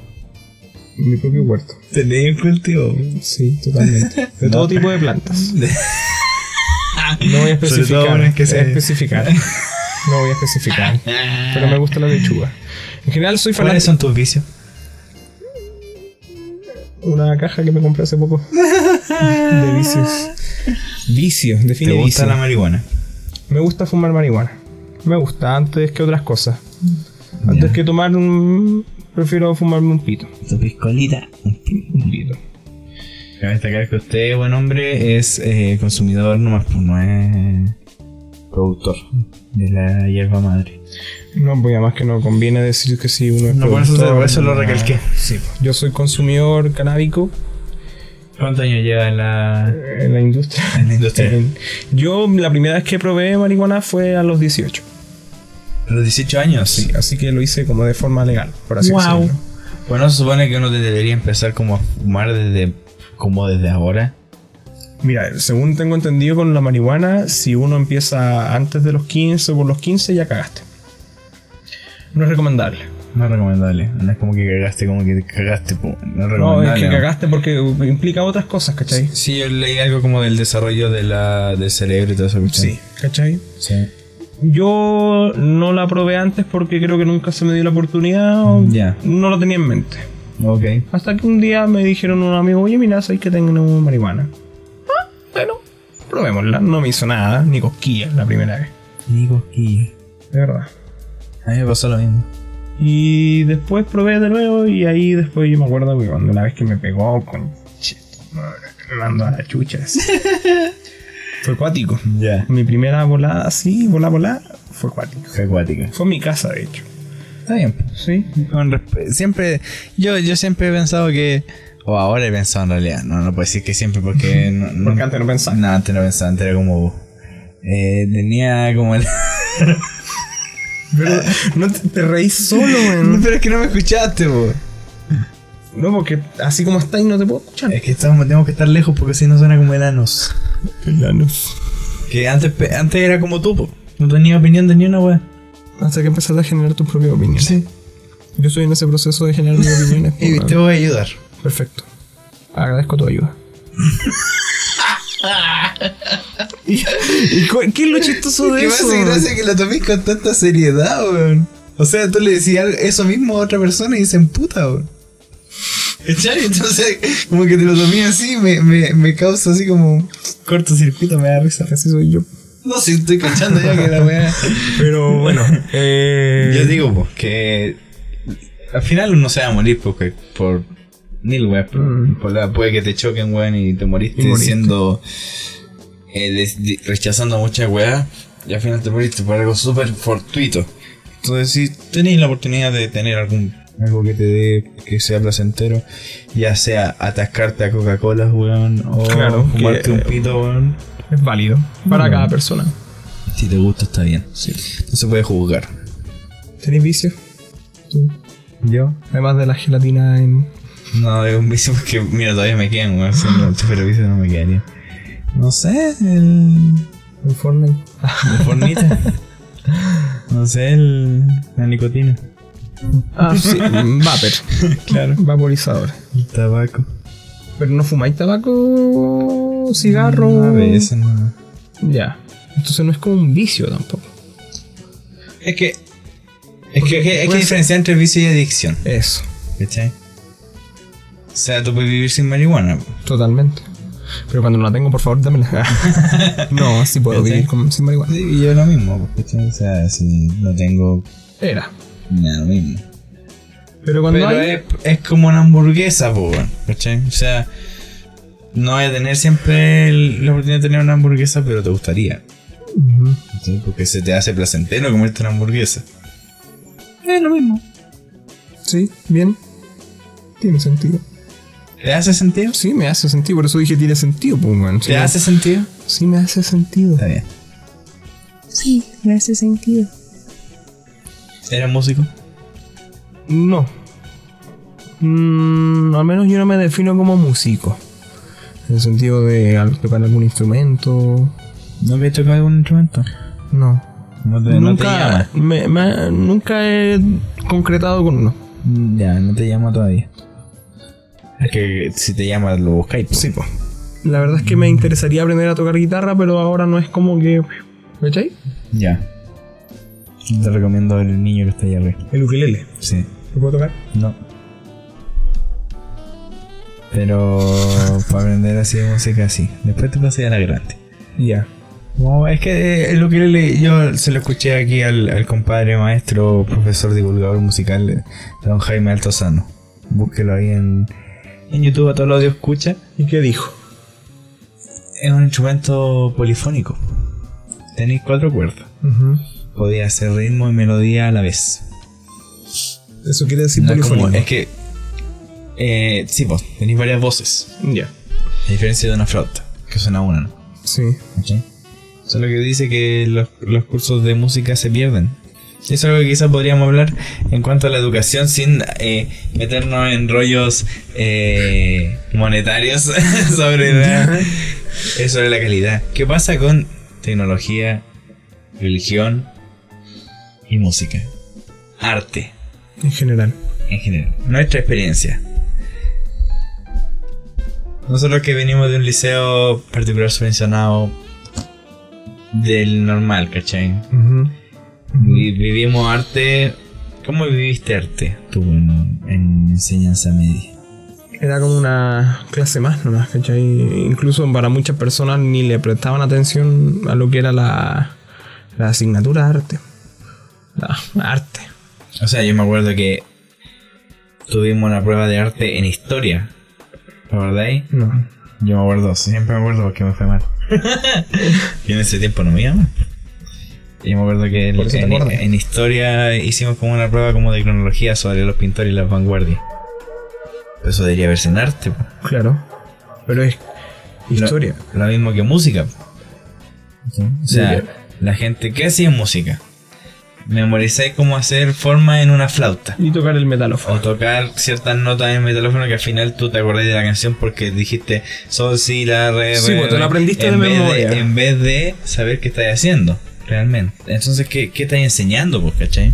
B: Mi propio huerto.
A: Tendría un cultivo.
B: Sí, totalmente. De
A: No.
B: todo tipo de plantas. No voy
A: Sobre
B: a especificar. eh,
A: todo unas que se-
B: especificar. No voy a especificar. Pero me gusta la lechuga. En general soy
A: ¿Cuáles
B: fanático.
A: son tus vicios?
B: Una caja que me compré hace poco. De vicios. Vicios,
A: ¿Te
B: define
A: gusta
B: vicio.
A: la marihuana?
B: Me gusta fumar marihuana. Me gusta antes que otras cosas. Antes que tomar un... Prefiero fumarme un pito.
A: Tu piscolita.
B: Un pito.
A: Cabe destacar que usted, Este buen hombre, es eh, consumidor nomás, pues no es productor de la hierba madre.
B: No, pues además que no conviene decir que si uno es
A: No, por eso-
B: productor,
A: por eso lo
B: no.
A: recalqué.
B: Sí, pues. yo soy consumidor canábico
A: ¿Cuántos años lleva en la,
B: eh, en la industria.
A: en la industria?
B: *laughs* En- Yo la primera vez que probé marihuana fue a los 18.
A: A los 18 años.
B: Sí, así que lo hice como de forma legal, por así
A: Guau.
B: decirlo.
A: Bueno, se supone que uno te debería empezar como a fumar desde, como desde ahora.
B: Mira, según tengo entendido con la marihuana, si uno empieza antes de los 15 o por los 15 ya cagaste. No es recomendable.
A: No es recomendable. No es como que cagaste, como que cagaste. po. No es
B: No,
A: recomendable.
B: es que
A: ¿no?
B: cagaste porque implica otras cosas, ¿cachai?
A: Sí, yo leí algo como del desarrollo de la, del cerebro y todo eso.
B: Sí, ¿cachai?
A: Sí.
B: Yo no la probé antes porque creo que nunca se me dio la oportunidad o
A: Ya.
B: no lo tenía en mente.
A: Ok.
B: Hasta que un día me dijeron un amigo, oye, mira, sabéis que tengo marihuana. Ah, bueno, probémosla. No me hizo nada, ni cosquillas la primera vez.
A: Digo que.
B: De verdad.
A: A mí me pasó lo mismo.
B: Y después probé de nuevo y ahí después yo me acuerdo que cuando una vez que me pegó con... che, tu madre, Mando a la chucha. así. *laughs* fue cuático.
A: Ya.
B: Mi primera volada así, volá, volá, fue cuático.
A: Fue acuática.
B: Fue en mi casa, de hecho.
A: Está bien. pues.
B: Sí.
A: Con resp- siempre, yo, yo siempre he pensado que, o ahora he pensado en realidad, no, no puedo decir que siempre *laughs* porque... No, no-
B: Porque antes no pensaba.
A: No, antes no pensaba, antes era como... eh, tenía como el... *laughs*
B: Pero no te, te reís solo,
A: No,
B: weón.
A: pero es que no me escuchaste, po.
B: No, porque así como estáis no te puedo escuchar.
A: Es que estamos, tenemos que estar lejos porque si no suena como enanos.
B: Pelanos.
A: Que antes, pe- antes era como tú, po. No tenía opinión de ni una wea.
B: Hasta que empezaste a generar tu propia opinión. Yo estoy en ese proceso de generar *laughs* mis opiniones.
A: Y
B: por-
A: te voy a ayudar.
B: Perfecto. Agradezco tu *laughs* ayuda. ¿Y, y cu- qué es lo chistoso de
A: ¿Qué
B: eso?
A: pasa? Gracias que lo tomes con tanta seriedad, weón. O sea, tú le decías algo- eso mismo a otra persona y dicen puta, weón. ¿Cachai? Entonces, como que te lo tomé así, me, me, me causa así como cortocircuito, me da risa.
B: Así soy yo.
A: No sé, estoy cachando ya que la weá.
B: Pero *laughs* bueno, eh,
A: Yo digo, pues, que al final uno se va a morir porque por mil weas, por-
B: Mm.
A: por la- puede que te choquen, weón, y te moriste,
B: Y moriste.
A: siendo eh, des- di- rechazando muchas weas, y al final te moriste por algo súper fortuito. Entonces, si tenéis la oportunidad de tener algún algo que te dé que sea placentero, ya sea atascarte a Coca-Cola, weón, o
B: Claro,
A: fumarte
B: que-
A: un pito, weón.
B: es válido para
A: Mm.
B: cada persona.
A: Si te gusta, está bien. No se puede juzgar.
B: ¿Tenés vicios? Tú.
A: ¿Yo?
B: Además de la gelatina en...
A: No, es un vicio porque, mira, todavía me quedan, weón. Si no, pero vicio no me quedaría. No sé, el.
B: en Fortnite.
A: El fornita. *laughs* no sé, el. La nicotina.
B: Ah, sí. Vapor. *laughs*
A: Claro.
B: Vaporizador.
A: El tabaco.
B: ¿Pero no fumáis tabaco? tabaco, cigarro.
A: A veces no.
B: Ya. Entonces no es como un vicio tampoco.
A: Es que. Es que
B: Porque
A: hay que- hay que
B: puede ser-
A: diferenciar entre vicio y adicción.
B: Eso,
A: ¿Cachai? O sea, tú puedes vivir sin marihuana. po.
B: totalmente. Pero cuando no la tengo, por favor, *laughs* dámela. no, sí puedo
A: ¿Cachai?
B: vivir con, sin marihuana.
A: Y yo lo mismo, po, ¿cachai? O sea, si no tengo
B: Era.
A: nada, lo mismo.
B: Pero cuando
A: Pero
B: hay.
A: es, es como una hamburguesa, po, weón, ¿cachai? O sea, no voy a tener siempre el- la oportunidad de tener una hamburguesa, pero te gustaría.
B: Ujú.
A: ¿cachai? Porque se te hace placentero comerte una hamburguesa. Es lo mismo.
B: Sí, bien. Tiene sentido.
A: ¿Te hace sentido?
B: Sí, me hace sentido. Por eso dije tiene sentido, pues, weón. Sí,
A: ¿Te
B: me-
A: hace sentido?
B: Sí, me hace sentido.
A: Está bien.
C: Sí, me hace sentido.
A: ¿Eres músico?
B: No. Mm, al menos yo no me defino como músico. En el sentido de al- tocar algún instrumento.
A: ¿No había tocado algún instrumento?
B: No.
A: No te, no te
B: Nunca,
A: llama.
B: me- me- nunca he concretado con uno.
A: Mm, Ya, no te llama todavía. Es que si te llama lo buscáis. po.
B: Sí, po. La verdad es que me interesaría aprender a tocar guitarra, pero ahora no es como que. ¿Cachai?
A: Ya. Te recomiendo el niño que está allá arriba.
B: El ukelele.
A: Sí.
B: ¿Lo puedo tocar?
A: No. Pero para aprender así de música, sí. Después te pasé a la grande.
B: Ya.
A: No, es que eh, lo que le- yo se lo escuché aquí al, al compadre maestro, profesor divulgador musical, eh, don Jaime Altozano. Búsquelo ahí en, en YouTube, a todo lo audio escucha.
B: ¿Y qué dijo?
A: Es un instrumento polifónico. Tenéis cuatro cuerdas. Podía hacer ritmo y melodía a la vez.
B: Eso quiere decir
A: No es, como-
B: polifónico.
A: es que. Eh, sí, vos tenéis varias voces.
B: Ya.
A: A diferencia de una flauta, que suena una, ¿no?
B: Sí.
A: Solo que dice que los, los cursos de música se pierden. Y Eso es algo que quizás podríamos hablar en cuanto a la educación sin eh, meternos en rollos eh, monetarios *laughs* sobre, la, eh, sobre la calidad. ¿Qué pasa con tecnología, religión y música? Arte
B: En general.
A: en general, nuestra experiencia. Nosotros que venimos de un liceo particular subvencionado del normal, ¿cachai? Vi- Vivimos arte. ¿Cómo viviste arte tú en, en enseñanza media?
B: Era como una clase más nomás, ¿cachai? Incluso para muchas personas ni le prestaban atención a lo que era la, la asignatura de arte. La arte.
A: O sea, yo me acuerdo que tuvimos una prueba de arte en historia. ¿Te acordáis?
B: No.
A: Yo me acuerdo, siempre me acuerdo porque me fue mal. *laughs* yo en ese tiempo no me iba mal. Yo me acuerdo que en,
B: Por eso te
A: en-
B: acuerdas.
A: en historia hicimos como una prueba como de cronología sobre los pintores y las vanguardias. Pero Eso debería verse en arte. po.
B: Claro. Pero es historia.
A: Lo, lo mismo que música. po. O sea,
B: Sí.
A: la gente que hacía música. Memorizáis cómo hacer forma en una flauta.
B: Y tocar el metalófono.
A: O tocar ciertas notas en mi teléfono que al final tú te acordás de la canción porque dijiste sol, si, la, re,
B: Sí,
A: re,
B: pues, te
A: re,
B: la aprendiste
A: en
B: de
A: vez
B: memoria.
A: en vez de saber qué estás haciendo realmente. Entonces, ¿qué, qué estás enseñando, pues, cachai?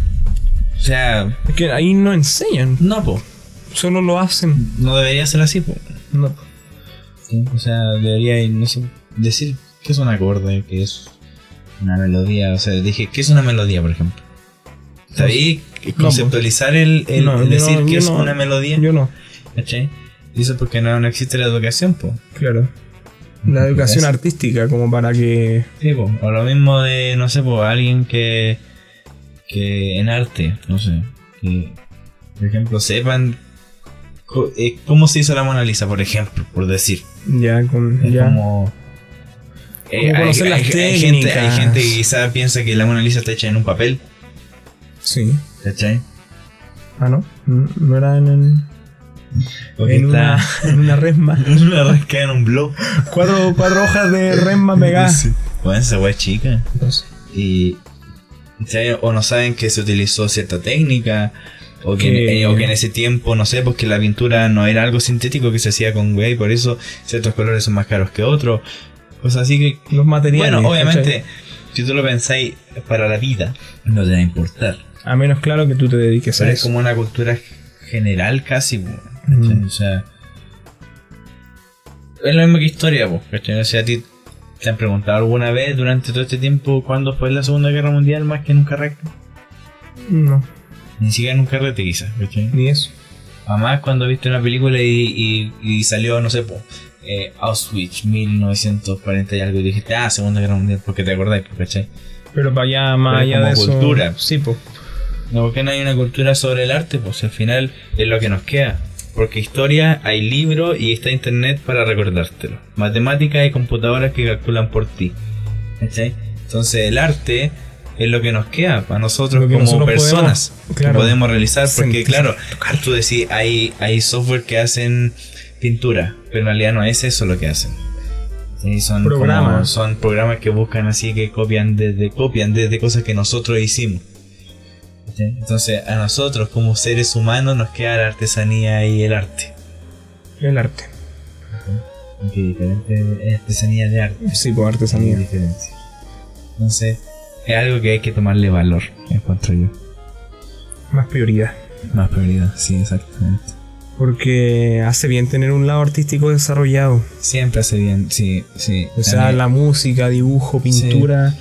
A: O sea,
B: Es que ahí no enseñan,
A: no, pues,
B: solo lo hacen.
A: no debería ser así, pues.
B: No.
A: O sea, debería, no sé, decir qué es un acorde, qué es una melodía. O sea, dije, ¿qué es una melodía, por ejemplo? ¿Sabéis
B: po.
A: conceptualizar el, el
B: No, yo no-
A: decir qué
B: yo
A: es
B: no-
A: una melodía?
B: Yo no.
A: ¿Cachai? Y eso porque no, no existe la educación, po.
B: Claro. La educación artística, como para que.
A: Sí, po. O lo mismo de, no sé, po, alguien que. que en arte, no sé. Que, por ejemplo, sepan. co- eh, ¿Cómo se hizo la Mona Lisa, por ejemplo? Por decir.
B: Ya, con.
A: Es
B: ya.
A: como. eh,
B: Como conocer las
A: gente, hay
B: técnicas.
A: gente que quizá piensa que la Mona Lisa está hecha en un papel,
B: Sí.
A: ¿cachai?
B: Ah, no. No no era en. en-
A: O que
B: en una,
A: está-
B: en una *laughs* resma.
A: una rasca *laughs* en un blog.
B: Cuatro, cuatro hojas de resma pegadas.
A: *laughs* Sí. Bueno, esa wea es chica. y ¿cachai? o no saben que se utilizó cierta técnica o que,
B: Que-
A: eh, o que en ese tiempo no sé porque la pintura no era algo sintético que se hacía con güey por eso ciertos colores son más caros que otros cosas así que
B: los materiales.
A: bueno
B: ¿cachai?
A: obviamente si tú lo pensáis para la vida no te va a importar
B: A menos claro que tú te dediques a
A: pero es
B: eso.
A: como una cultura general casi, po,
B: Mm.
A: o sea, Es lo mismo que historia, pues. ¿cachai? O sea, a ti te han preguntado alguna vez durante todo este tiempo cuándo fue la Segunda Guerra Mundial más que en un carrete.
B: No,
A: Ni siquiera en un carrete, quizás, ¿cachai?
B: ni eso.
A: Además, cuando viste una película y, y- y salió, no sé, po, eh, Auschwitz 1940 y algo, y dijiste, ah, Segunda Guerra Mundial, porque te acordáis, po, ¿cachai?
B: Pero para allá, más
A: Pero
B: allá
A: como
B: de eso.
A: cultura.
B: Sí, pues.
A: No, porque no hay una cultura sobre el arte, pues al final es lo que nos queda. Porque historia, hay libros y está internet para recordártelo. Matemáticas y computadoras que calculan por ti. ¿Cachai? Entonces el arte es lo que nos queda para nosotros
B: Lo que
A: como
B: nosotros
A: personas
B: podemos,
A: podemos,
B: claro,
A: podemos realizar. Porque
B: sentir,
A: claro, tú decís, hay, hay software que hacen pintura, pero en realidad no es eso lo que hacen. Sí, son
B: Programas.
A: como- son programas que buscan así que copian desde copian desde cosas que nosotros hicimos. ¿Sí? Entonces a nosotros como seres humanos nos queda la artesanía y el arte.
B: El arte.
A: Qué diferente es artesanía de arte.
B: Sí, pues
A: Qué
B: artesanía.
A: diferencia. Entonces es algo que hay que tomarle valor, encuentro yo. Mm.
B: Más prioridad.
A: Más prioridad, sí, exactamente.
B: Porque hace bien tener un lado artístico desarrollado.
A: Siempre hace bien, sí, sí.
B: O sea,
A: También-
B: la música, dibujo, pintura.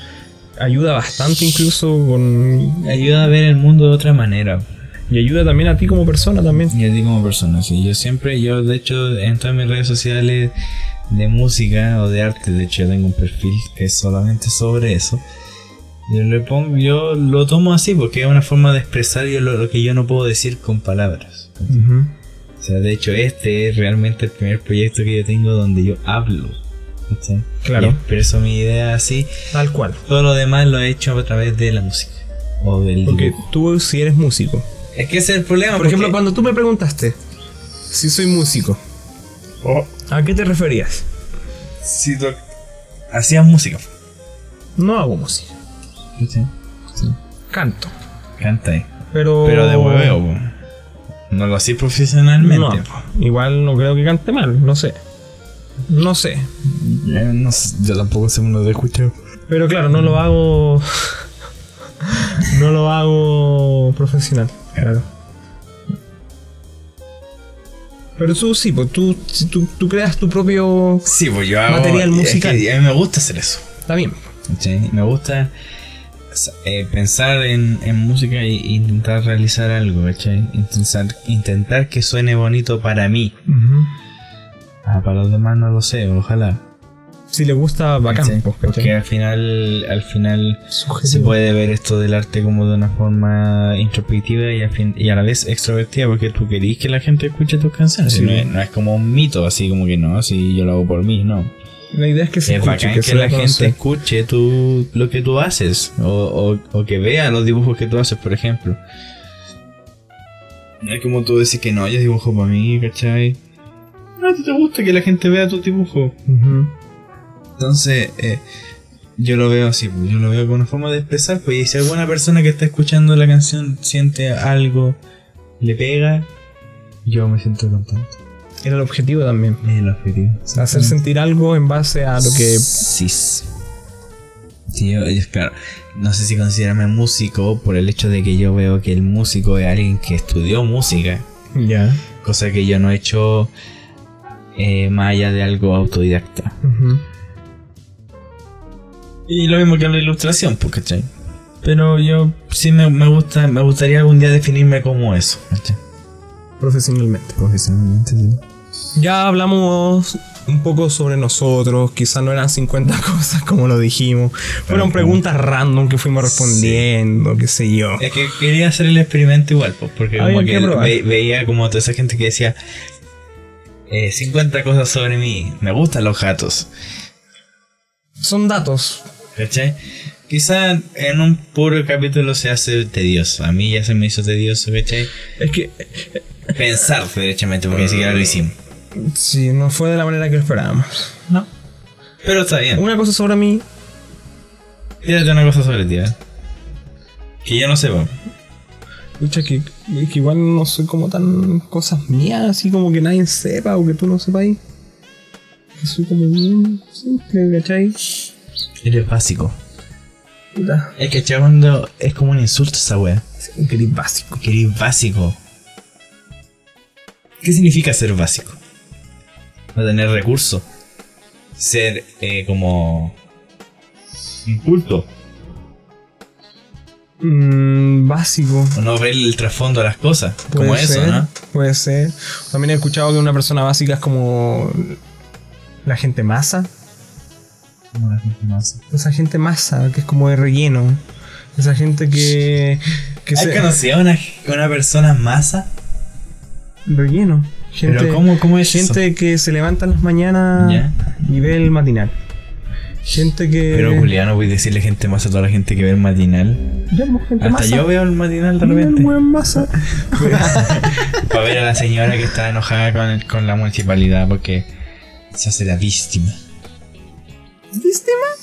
B: Ayuda bastante incluso con...
A: ayuda a ver el mundo de otra manera.
B: Y ayuda también a ti como persona también.
A: Y a ti como persona, sí. Yo siempre, yo de hecho, en todas mis redes sociales de música o de arte, de hecho, yo tengo un perfil que es solamente sobre eso. Yo, le pongo, yo lo tomo así porque es una forma de expresar yo lo, lo que yo no puedo decir con palabras. O sea, de hecho, este es realmente el primer proyecto que yo tengo donde yo hablo. ¿cachai?
B: Claro.
A: Y expreso mi idea así.
B: Tal cual.
A: Todo lo demás lo he hecho a través de la música o del
B: Porque
A: dibujo.
B: tú sí eres músico.
A: Es que ese es el problema.
B: Por ejemplo,
A: porque-
B: cuando tú me preguntaste si soy músico,
A: Oh.
B: ¿a qué te referías?
A: si tú hacías música.
B: No hago música,
A: Sí.
B: canto.
A: Canta ahí.
B: Pero,
A: Pero de hueveo, po. No lo hacís profesionalmente.
B: No, po. igual no creo que cante mal, no sé. No sé.
A: yo tampoco Eh, sé uno de escuchado.
B: Pero claro, no lo hago. *laughs* no lo hago profesional, claro. Pero tú sí, pues tú, si tú, tú creas tu propio.
A: Sí, pues yo hago.
B: Material
A: es
B: musical.
A: que a mí me gusta hacer eso.
B: Está bien.
A: ¿cachai? Me gusta sa- eh, pensar en, en música e intentar realizar algo, ¿cachai? Intentar, intentar que suene bonito para mí. Ah, para los demás no lo sé, ojalá.
B: Si le gusta, bacán.
A: ¿cachai?
B: pues, ¿cachai?
A: Porque al final, al final se
B: Subjetivo.
A: puede ver esto del arte como de una forma introspectiva y, al fin- y a la vez extrovertida porque tú querís que la gente escuche tus canciones.
B: Sí.
A: No, es, no es como un mito, así como que no, así yo lo hago por mí, no.
B: La idea es que se
A: es
B: escuche,
A: bacán
B: que,
A: que,
B: se
A: la
B: dé a
A: gente
B: conocer.
A: escuche tú, lo que tú haces o, o- o que vea los dibujos que tú haces, por ejemplo. No es como tú decir que no, yo dibujo para mí, ¿cachai? No, a ti te gusta que la gente vea tus dibujos.
B: Ujú.
A: Entonces, eh, yo lo veo así, pues, yo lo veo como una forma de expresar, pues, y si alguna persona que está escuchando la canción siente algo, le pega, yo me siento contento.
B: Era el objetivo también.
A: Es el objetivo.
B: Hacer sentir algo en base a lo que.
A: Sí. Sí, yo, yo- claro, no sé si considerarme músico por el hecho de que yo veo que el músico es alguien que estudió música,
B: Ya.
A: cosa que yo no he hecho eh, más allá de algo autodidacta. Y lo mismo que la ilustración, pues, ¿cachai? Pero yo sí me, me gusta, me gustaría algún día definirme como eso, ¿cachai?
B: Profesionalmente.
A: Profesionalmente, sí.
B: Ya hablamos un poco sobre nosotros. Quizás no eran 50 *laughs* cosas como lo dijimos. Fueron
A: Claro.
B: preguntas random que fuimos respondiendo, qué sé yo.
A: Es que quería hacer el experimento igual, pues, porque
B: Había
A: como
B: que
A: que
B: probar.
A: ve- veía como toda esa gente que decía eh, 50 cosas sobre mí, me gustan los gatos,
B: Son datos.
A: ¿cachai? Quizá en un puro capítulo se hace tedioso, a mí ya se me hizo tedioso, ¿cachai?
B: Es que. eh,
A: Pensar derechamente, porque ni siquiera lo hicimos.
B: Sí, no fue de la manera que esperábamos.
A: No. Pero está bien.
B: Una cosa sobre mí.
A: Tírate una cosa sobre ti, ¿eh? Que yo no sepa.
B: Escucha, que, que igual no soy como tan cosas mías, así como que nadie sepa o que tú no sepas ahí. Que Soy como bien simple, ¿cachai?
A: Eres básico.
B: Puta,
A: Es que chavando es como un insulto esa wea.
B: soy un gris básico.
A: Que eres básico. ¿Qué significa ser básico? no tener recursos. Ser eh, como. Inculto.
B: Mm, básico.
A: O no ver el trasfondo de las cosas. Como
B: Puede
A: eso,
B: ser,
A: ¿no?
B: Puede ser. También he escuchado que una persona básica es como la gente masa.
A: Como la gente no hace.
B: Esa gente masa, que es como de relleno. Esa gente que. que
A: ¿Has conocido a una, una persona masa?
B: Relleno. Gente,
A: Pero ¿cómo, cómo es eso?
B: gente eh, que se levanta en las mañanas
A: Ya.
B: y ve el matinal. Gente que.
A: Pero Juliano, voy a decirle gente masa a toda la gente que ve el matinal.
B: Ya, pues, gente
A: Hasta
B: masa.
A: yo veo el matinal de
B: Mira el
A: repente.
B: buen masa.
A: Para ver a la señora que está enojada con, el- con la municipalidad porque se hace la víctima.
B: ¿Viste, man?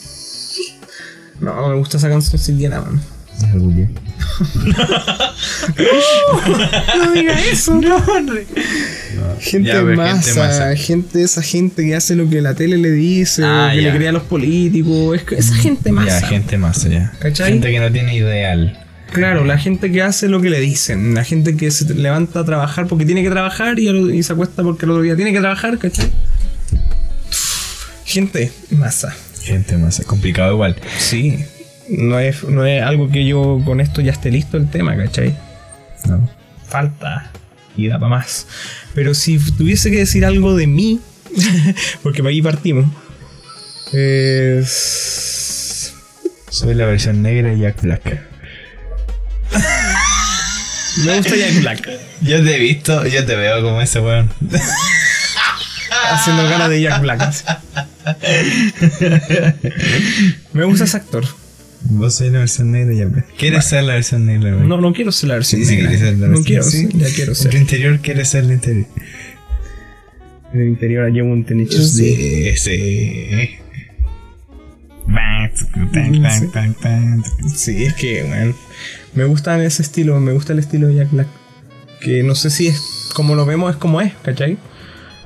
B: No, me gusta esa canción sildiana, man. No diga eso. pues, Gente
A: Ya, pero
B: masa,
A: gente
B: gente
A: masa.
B: esa gente que hace lo que la tele le dice,
A: Ah,
B: que
A: ya. Mm,
B: le crea a los políticos, es que esa gente masa.
A: Ya, gente masa, ya.
B: ¿Cachai?
A: Gente que no tiene ideal.
B: Claro, la gente que hace lo que le dicen, la gente que se levanta a trabajar porque tiene que trabajar y, al otro- y se acuesta porque el otro día tiene que trabajar, ¿cachai? Gente masa.
A: Gente masa, complicado igual.
B: Sí. No es, no es algo que yo con esto ya esté listo el tema, ¿cachai?
A: No.
B: falta y da para más. Pero si tuviese que decir algo de mí, *laughs* porque para aquí partimos, es.
A: Soy la versión negra de Jack Black.
B: Me gusta Jack Black.
A: Yo te he visto, yo te veo como ese weón.
B: haciendo ganas de Jack Black. así. Me gusta ese actor.
A: *laughs* Vos sois la versión negra de Jack Black. ¿Quieres ser la versión negra de Jack Black?
B: No, no quiero ser la versión
A: Sí, sí,
B: negra.
A: quieres ser la
B: No
A: versión-
B: quiero
A: sí.
B: ser, ya quiero
A: Tu
B: ser.
A: interior quiere ser el interior.
B: En el interior llevo un tenis
A: Sí, sí.
B: Sí. Sí, es que, weón. Me gusta ese estilo, me gusta el estilo de Jack Black. Que no sé si es como lo vemos, es como es, ¿cachai?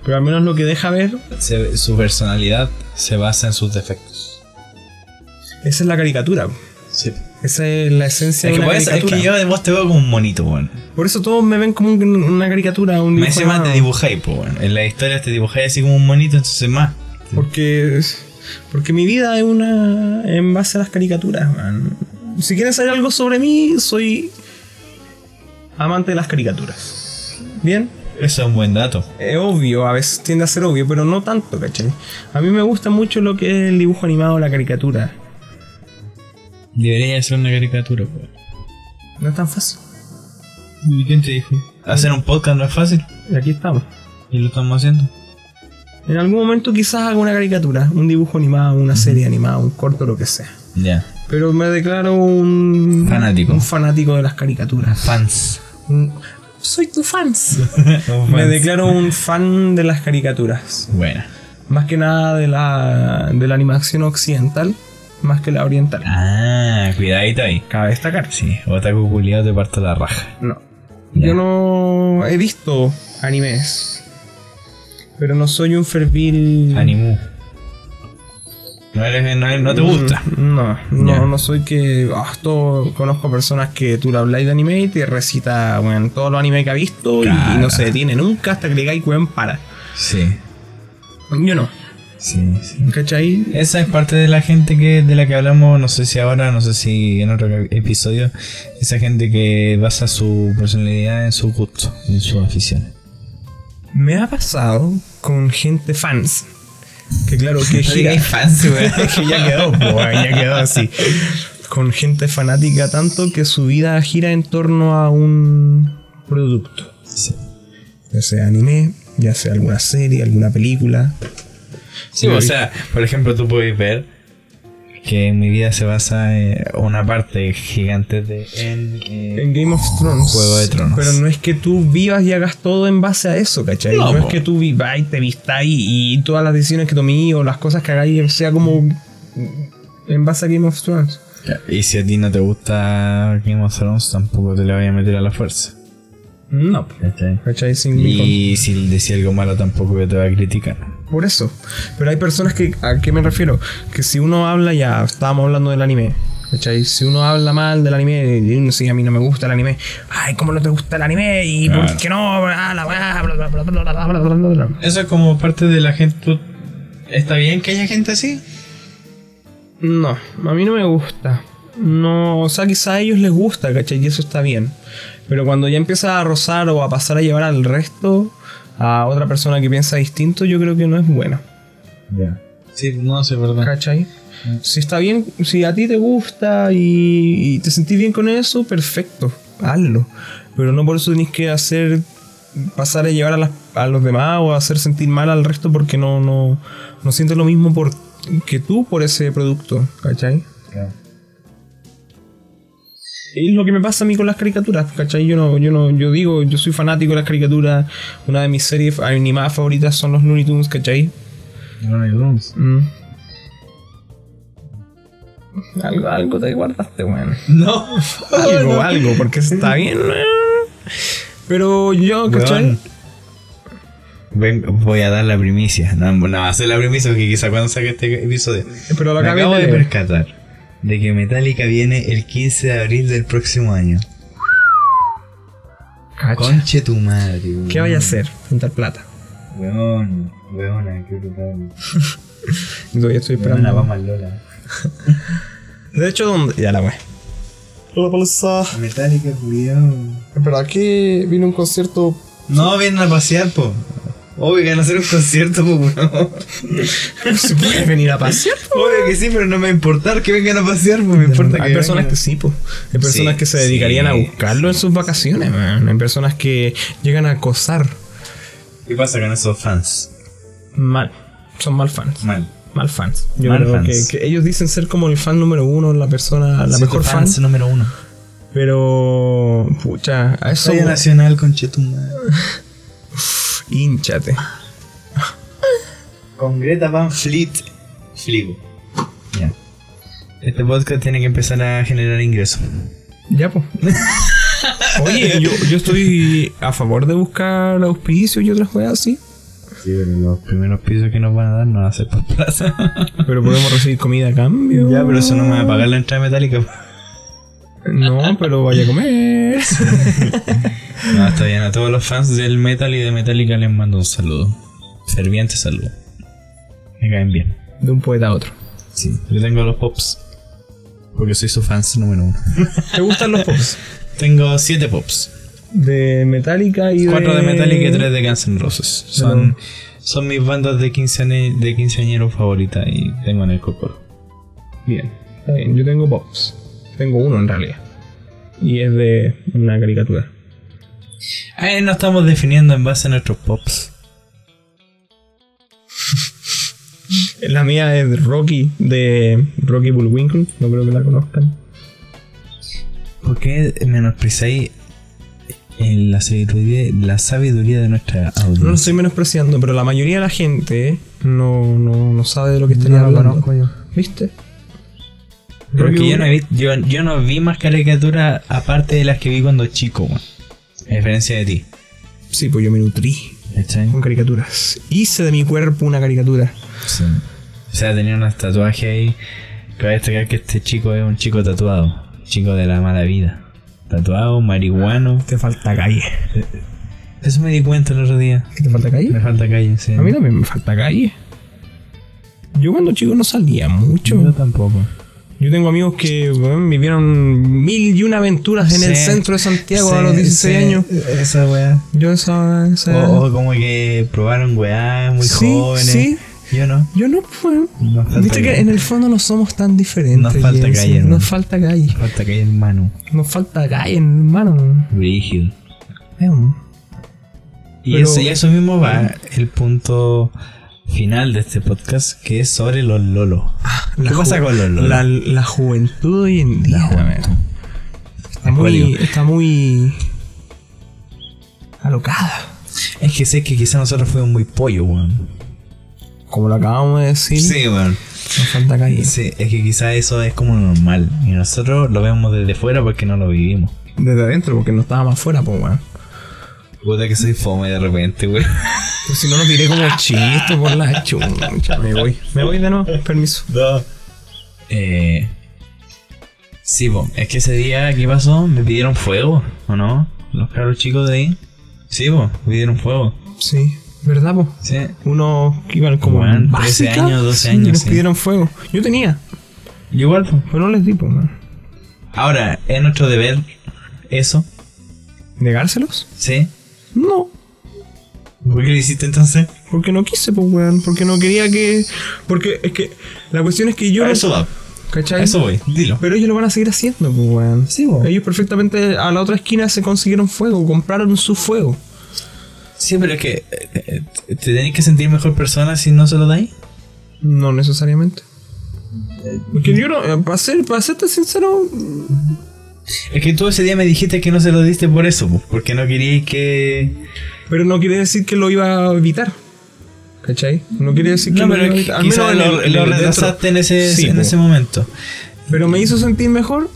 B: Pero al menos lo que deja ver,
A: Se- su personalidad se basa en sus defectos.
B: esa es la caricatura.
A: Sí.
B: Esa es la esencia
A: Es que,
B: de una
A: por eso- es
B: caricatura.
A: que yo de vos te veo como un monito, weón.
B: Por eso todos me ven como un- una caricatura, un
A: Me
B: dibujo
A: dice más te
B: animado.
A: dibujáis, pues, weón. En las historias te dibujáis así como un monito, entonces más.
B: Porque, es- porque mi vida es una. en base a las caricaturas, man. Si quieren saber algo sobre mí, soy. amante de las caricaturas. ¿Bien?
A: Eso es un buen dato.
B: Es obvio, a veces tiende a ser obvio, pero no tanto, ¿cachai? A mí me gusta mucho lo que es el dibujo animado, la caricatura.
A: Debería ser una caricatura, pues.
B: No es tan fácil.
A: ¿Y quién te dijo? Hacer un podcast no es fácil.
B: Y aquí estamos.
A: Y lo estamos haciendo.
B: En algún momento quizás haga una caricatura, un dibujo animado, una serie animada, un corto, lo que sea.
A: Ya.
B: Pero me declaro un
A: Fanático.
B: un fanático de las
A: *laughs*
B: caricaturas.
A: Fans.
B: Un- soy tu fans. *laughs* Me
A: Me
B: declaro un fan de las caricaturas.
A: Buena.
B: Más que nada de la, de la animación occidental, más que la oriental.
A: Ah, cuidadito ahí.
B: Cabe destacar.
A: Sí, otaku culiado te parto la raja.
B: No.
A: Ya.
B: Yo no he visto animes. Pero no soy un fervil.
A: Animu. No, eres, no, no te gusta.
B: No, no,
A: Ya.
B: no soy que. ah, todo- conozco personas que tú le habláis de anime y te recita weón, todo lo anime que ha visto y- y,
A: Cara.
B: no se detiene nunca hasta que le digáis, weón, para.
A: Sí,
B: Yo no,
A: sí, sí.
B: ¿cachai?
A: Esa es parte de la gente que de la que hablamos, no sé si ahora, no sé si en otro episodio. Esa gente que basa su personalidad en su gusto, en su afición.
B: Me ha pasado con gente fans. Que claro *laughs* que
A: No
B: gira-
A: digáis fans, *laughs* weón.
B: Es *laughs* que ya quedó, po, weón, ya quedó así. Con gente fanática tanto que su vida gira en torno a un producto.
A: Sí,
B: Ya sea anime, ya sea alguna serie, alguna película.
A: Sí, o sea, por ejemplo, tú puedes ver que mi vida se basa en una parte gigante de en, eh,
B: En Game of Thrones.
A: Juego de Tronos.
B: Pero no es que tú vivas y hagas todo en base a eso, ¿cachai? No,
A: No,
B: es
A: po.
B: que tú vivas y te vistas y, y todas las decisiones que tomé o las cosas que hagáis sea como en base a Game of Thrones.
A: Y si a ti no te gusta Game of Thrones, tampoco te la voy a meter a la fuerza.
B: No, po. ¿cachai? Sin mi
A: Y si decía algo malo, tampoco yo te voy a criticar.
B: Por eso. Pero hay personas que. ¿A qué me refiero? Que si uno habla ya. Estábamos hablando del anime. ¿Cachai? Si uno habla mal del anime, y uno sí, a mí no me gusta el anime. Ay, ¿cómo no te gusta el anime? ¿Y por
A: Claro.
B: qué no? Ah, la weá, bla, bla, bla, bla, bla, bla, bla, bla, bla.
D: Eso es como parte de la gente. tú- ¿Está bien que haya gente así?
B: No, a mí no me gusta. No, o sea, quizá a ellos les gusta, ¿cachai? Y eso está bien. Pero cuando ya empieza a rozar o a pasar a llevar al resto, a otra persona que piensa distinto, yo creo que no es bueno.
A: Ya.
D: Sí, no sé, verdad.
B: ¿Cachai? Si está bien, si a ti te gusta y, y te sentís bien con eso, perfecto, hazlo. Pero no por eso tenés que hacer pasar a llevar a, las- a los demás o hacer sentir mal al resto porque no, no, no sientes lo mismo por, que tú por ese producto, ¿cachai?
A: Claro.
B: Es lo que me pasa a mí con las caricaturas, ¿cachai? Yo no, yo no, yo digo, yo soy fanático de las caricaturas. Una de mis series animadas favoritas son los Looney Tunes, ¿cachai?
A: Looney Tunes.
B: Mm. Algo, algo te guardaste, weón.
D: No.
B: *laughs* Algo, algo, porque está bien. weón. Pero yo, ¿cachai?
A: Weón. Ven, voy a dar la primicia. No, no va a ser la primicia porque quizá cuando saque este episodio.
B: Pero lo
A: Me
B: acabé
A: acabo
B: de
A: de
B: leer.
A: percatar de que Metallica viene el 15 de abril del próximo año.
B: Cacha.
A: Conche tu madre, weón.
B: ¿Qué vaya a hacer? Juntar plata.
A: Weón, weona, qué brutal.
B: Y Todavía estoy
A: Weona,
B: esperando.
A: vamos al Lola.
B: De hecho, ¿dónde? Ya la wey.
A: Metallica, cuidado.
B: Pero aquí vino un concierto.
A: No, vienen a pasear, po. Obvio que van a hacer un concierto, po, weón.
B: *laughs* ¿Se puede venir a pasear?
A: Obvio que sí, pero no me va a importar que vengan a pasear, po. Me importa que
B: Hay personas
A: vengan.
B: que sí, po. Hay personas
A: Sí,
B: que se
A: sí,
B: dedicarían a buscarlo en sus vacaciones, man. Hay personas que llegan a acosar
A: ¿Qué pasa con esos fans?
B: mal. Son mal fans.
A: Mal.
B: Mal fans. Yo
A: Mal
B: creo
A: fans.
B: Que, que ellos dicen ser como el fan número uno, la persona, la
A: Siete
B: mejor fan.
A: fans número uno.
B: Pero. Pucha, a eso.
A: Soy nacional, conchetumar.
B: Hinchate.
A: Con Greta Van Fleet. Fligo. Ya. Este podcast tiene que empezar a generar ingresos.
B: Ya, po. *laughs* Oye, yo, yo estoy a favor de buscar auspicios y otras cosas así.
A: Sí, pero los primeros pisos que nos van a dar no van a ser por plaza.
B: Pero podemos recibir comida a cambio.
A: ya, pero eso no me va a pagar la entrada metálica.
B: No, pero vaya a comer.
A: *laughs* No, está bien. A todos los fans del metal y de Metallica les mando un saludo. Ferviente saludo. Me caen bien.
B: *laughs* De un poeta a otro.
A: Sí. Yo tengo los pops. Porque soy su fans número uno.
B: ¿Te gustan los pops?
A: Tengo siete pops.
B: De Metallica y
A: Cuatro
B: de...
A: de Metallica y tres de Guns N' Roses. Son, son mis bandas de, quinceane- de quinceañero favoritas y tengo en el cocoro.
B: Bien, está bien. Yo tengo Pops. Tengo uno en realidad. Y es de una caricatura.
A: Ahí nos estamos definiendo en base a nuestros pops.
B: La mía es Rocky, de Rocky Bullwinkle. No creo que la conozcan.
A: ¿Por qué menospreciáis en la sabiduría, la sabiduría de nuestra audiencia?
B: No lo estoy menospreciando, pero la mayoría de la gente no, no, no sabe de lo que estoy hablando.
A: yo.
B: ¿Viste?
A: Pero es que
B: Rocky
A: yo no, he vi- yo, yo no vi más caricaturas aparte de las que vi cuando chico, weón. A diferencia de ti.
B: Bull- Sí, pues yo me nutrí
A: ¿Cachai?
B: con caricaturas. Hice de mi cuerpo una caricatura.
A: Sí. O sea, tenía unos tatuajes ahí. Que voy a destacar que este chico es un chico tatuado. Chico de la mala vida. Tatuado, marihuano.
B: Te falta calle.
A: Eso me di cuenta el otro día.
B: ¿Qué te falta calle?
A: Me falta calle, sí.
B: A mí también me falta calle. Yo cuando chico no salía mucho.
A: Yo tampoco.
B: Yo tengo amigos que weón, vivieron mil y una aventuras en el
A: Sí.
B: centro de Santiago a
A: Sí,
B: los 16
A: sí, Oh,
B: años.
A: Esa weá.
B: Yo esa... esa-
A: O, o como que probaron weá muy
B: Sí,
A: jóvenes.
B: sí.
A: Yo no.
B: Yo no, pues...
A: Nos falta
B: Viste que
A: calle.
B: en el fondo no somos tan diferentes.
A: Nos falta
B: Jensen.
A: calle, hermano.
B: Nos falta calle.
A: Falta calle, hermano.
B: Nos falta calle, hermano.
A: Rígido.
B: Veamos.
A: Y,
B: Pero-
A: eso, y eso mismo va el punto final de este podcast, que es sobre los lolos.
B: La
A: ¿Qué pasa
B: ju-
A: con los lolos?
B: La, la juventud hoy en día.
A: La juventud.
B: man. Está muy,
A: Acuático.
B: está muy... Alocada.
A: Es que sé que quizás nosotros fuimos muy pollo, weón.
B: Como lo acabamos de decir,
A: weón.
B: nos falta calle.
A: Sí, es que quizás eso es como normal. Y nosotros lo vemos desde fuera porque no lo vivimos.
B: Desde adentro, porque no estaba más fuera, pues, weón.
A: Puta que soy fome de repente, *laughs* weón.
B: Pues si no, lo tiré como chiste por la chuncha. Me voy. Me voy de nuevo. Permiso.
A: Eh, Sí, po. es que ese día, ¿qué pasó? Me pidieron fuego, ¿o no? Los caros chicos de ahí. Sí, po, me pidieron fuego.
B: Sí, ¿verdad, po?
A: Sí.
B: Unos que iban como
A: Weón, 13
B: en básica,
A: años, 12
B: sí,
A: años,
B: Nos
A: sí.
B: pidieron fuego. Yo tenía,
A: Yo Igual, po.
B: pero no les di, po, man.
A: Ahora, ¿es nuestro deber eso?
B: ¿Negárselos?
A: ¿Sí?
B: No.
A: ¿Por qué lo hiciste entonces?
B: Porque no quise, pues, weón. Porque no quería que. Porque es que. La cuestión es que yo.
A: A eso va.
B: ¿Cachai?
A: A eso voy, dilo.
B: Pero ellos lo van a seguir haciendo, pues, weón.
A: Sí, po.
B: Ellos perfectamente a la otra esquina se consiguieron fuego, compraron su fuego.
A: Sí, pero es que eh, eh, te tenés que sentir mejor persona si no se lo dais.
B: No necesariamente. Porque yo no. eh, Para, ser, para serte sincero.
A: Es que tú ese día me dijiste que no se lo diste por eso, po, porque no querías que...
B: Pero no quiere decir que lo iba a evitar. ¿Cachai? No quiere decir que
A: No,
B: lo
A: pero
B: iba a
A: qui-
B: evitar. Al
A: quizás
B: menos en
A: lo,
B: el- en
A: lo
B: el dentro.
A: retrasaste en, ese,
B: Sí,
A: en
B: po.
A: ese momento.
B: Pero me hizo sentir mejor.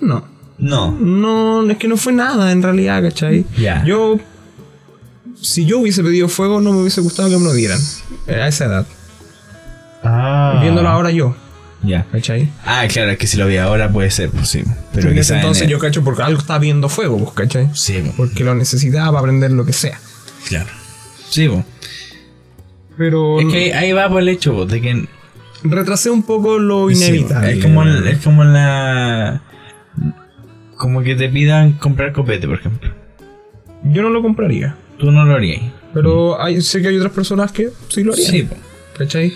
B: No.
A: No.
B: No, es que no fue nada en realidad, ¿cachai?
A: Ya.
B: Yo. Si yo hubiese pedido fuego, no me hubiese gustado que me lo dieran. eh, A esa edad.
A: Ah.
B: Viéndolo ahora yo,
A: Ya.
B: ¿cachai?
A: Ah, claro, es que si lo vi ahora puede ser, pues sí. Pero
B: en ese
A: quizá en
B: entonces
A: el-
B: yo cacho porque algo estaba viendo fuego, pues, ¿cachai?
A: Sí, po,
B: Porque lo necesitaba para aprender lo que sea.
A: claro. Sí, po.
B: Pero
A: Es que ahí, ahí va por el hecho, po, de que...
B: retrasé un poco lo
A: sí, po,
B: inevitable.
A: es, como, el- es como la... Como que te pidan comprar copete, por ejemplo.
B: Yo no lo compraría.
A: Tú no lo harías.
B: Pero hay- sé que hay otras personas que sí lo harían.
A: Sí, po.
B: ¿Cachai?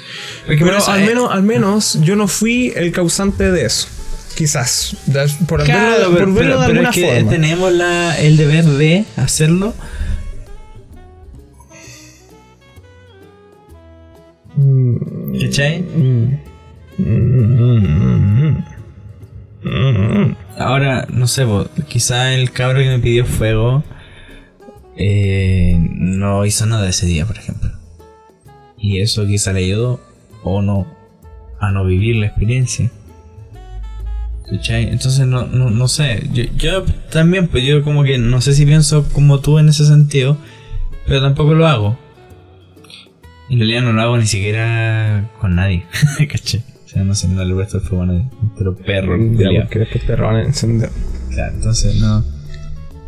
A: Porque por
B: Pero
A: eso
B: al
A: es-
B: menos, al menos yo no fui el causante de eso. Quizás. De- por verlo-
A: Claro,
B: por
A: pero,
B: verlo
A: pero-
B: de
A: pero
B: alguna
A: es que este
B: forma.
A: tenemos la, el deber de hacerlo. ¿Cachai? Ahora, no sé, po, quizá el cabro que me pidió fuego eh, no hizo nada ese día, por ejemplo. Y eso quizá le ayudó o no a no vivir la experiencia. ¿Cachai? Entonces no, no, no sé. Yo, yo también, pues yo como que no sé si pienso como tú en ese sentido, pero tampoco lo hago. En realidad no lo hago ni siquiera con nadie. *laughs* ¿Cachai? O sea, no sé, no le presto el fuego a nadie. Pero perro,
B: Ya, pues,
A: culiao.
B: porque después te roban el encendedor.
A: Claro, entonces no.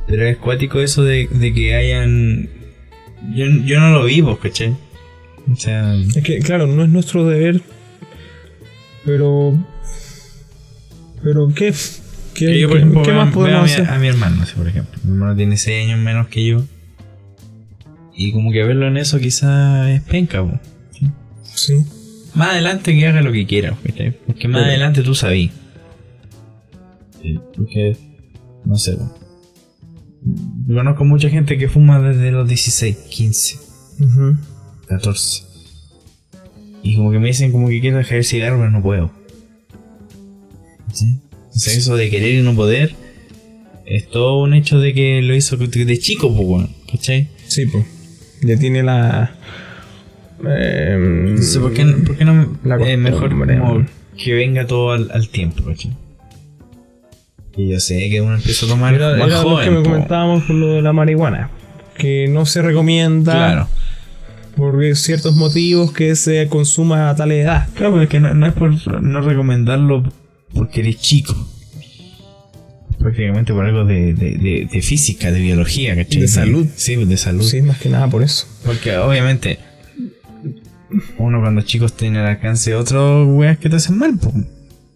A: Pero es cuático eso de, de que hayan. Yo, yo no lo vivo, ¿cachai? O sea.
B: Es que, claro, no es nuestro deber. Pero. Pero, ¿qué? ¿Qué,
A: yo, por
B: qué-
A: ejemplo,
B: qué
A: veo-
B: más
A: veo a
B: podemos
A: mi-
B: hacer?
A: A mi hermano, sí, por ejemplo. Mi hermano tiene 6 años menos que yo. Y como que verlo en eso quizá es penca, po.
B: Sí.
A: Más adelante que haga lo que quiera, ¿cachai? Porque más
B: Pero-
A: adelante tú sabí. Sí, Porque. No sé, po. Yo Conozco mucha gente que fuma desde los 16, 15. 14. Y como que me dicen como que quiero dejar el cigarro, pero no puedo. ¿Sí? O sea, eso de querer y no poder es todo un hecho de que lo hizo de chico, pues, weón. ¿Cachai?
B: Sí, pues. Ya tiene la. em,
A: O sea, ¿por qué, no- por qué no
B: La
A: eh, mejor
B: costumbre,
A: como
B: weón.
A: que venga todo al, al tiempo, ¿cachai? Y yo sé que uno empieza a tomar
B: Era,
A: más
B: era lo
A: joven.
B: que me
A: po.
B: comentábamos con lo de la marihuana. Que no se recomienda
A: Claro.
B: por ciertos motivos que se consuma a tal edad.
A: Claro, pero es que no, no es por no recomendarlo porque eres chico. Prácticamente por algo de, de, de, de física, de biología, ¿cachai?
B: De salud.
A: Sí, de salud.
B: Sí, más que nada por eso.
A: Porque obviamente uno cuando chicos tiene el alcance de otros weas que te hacen mal, po.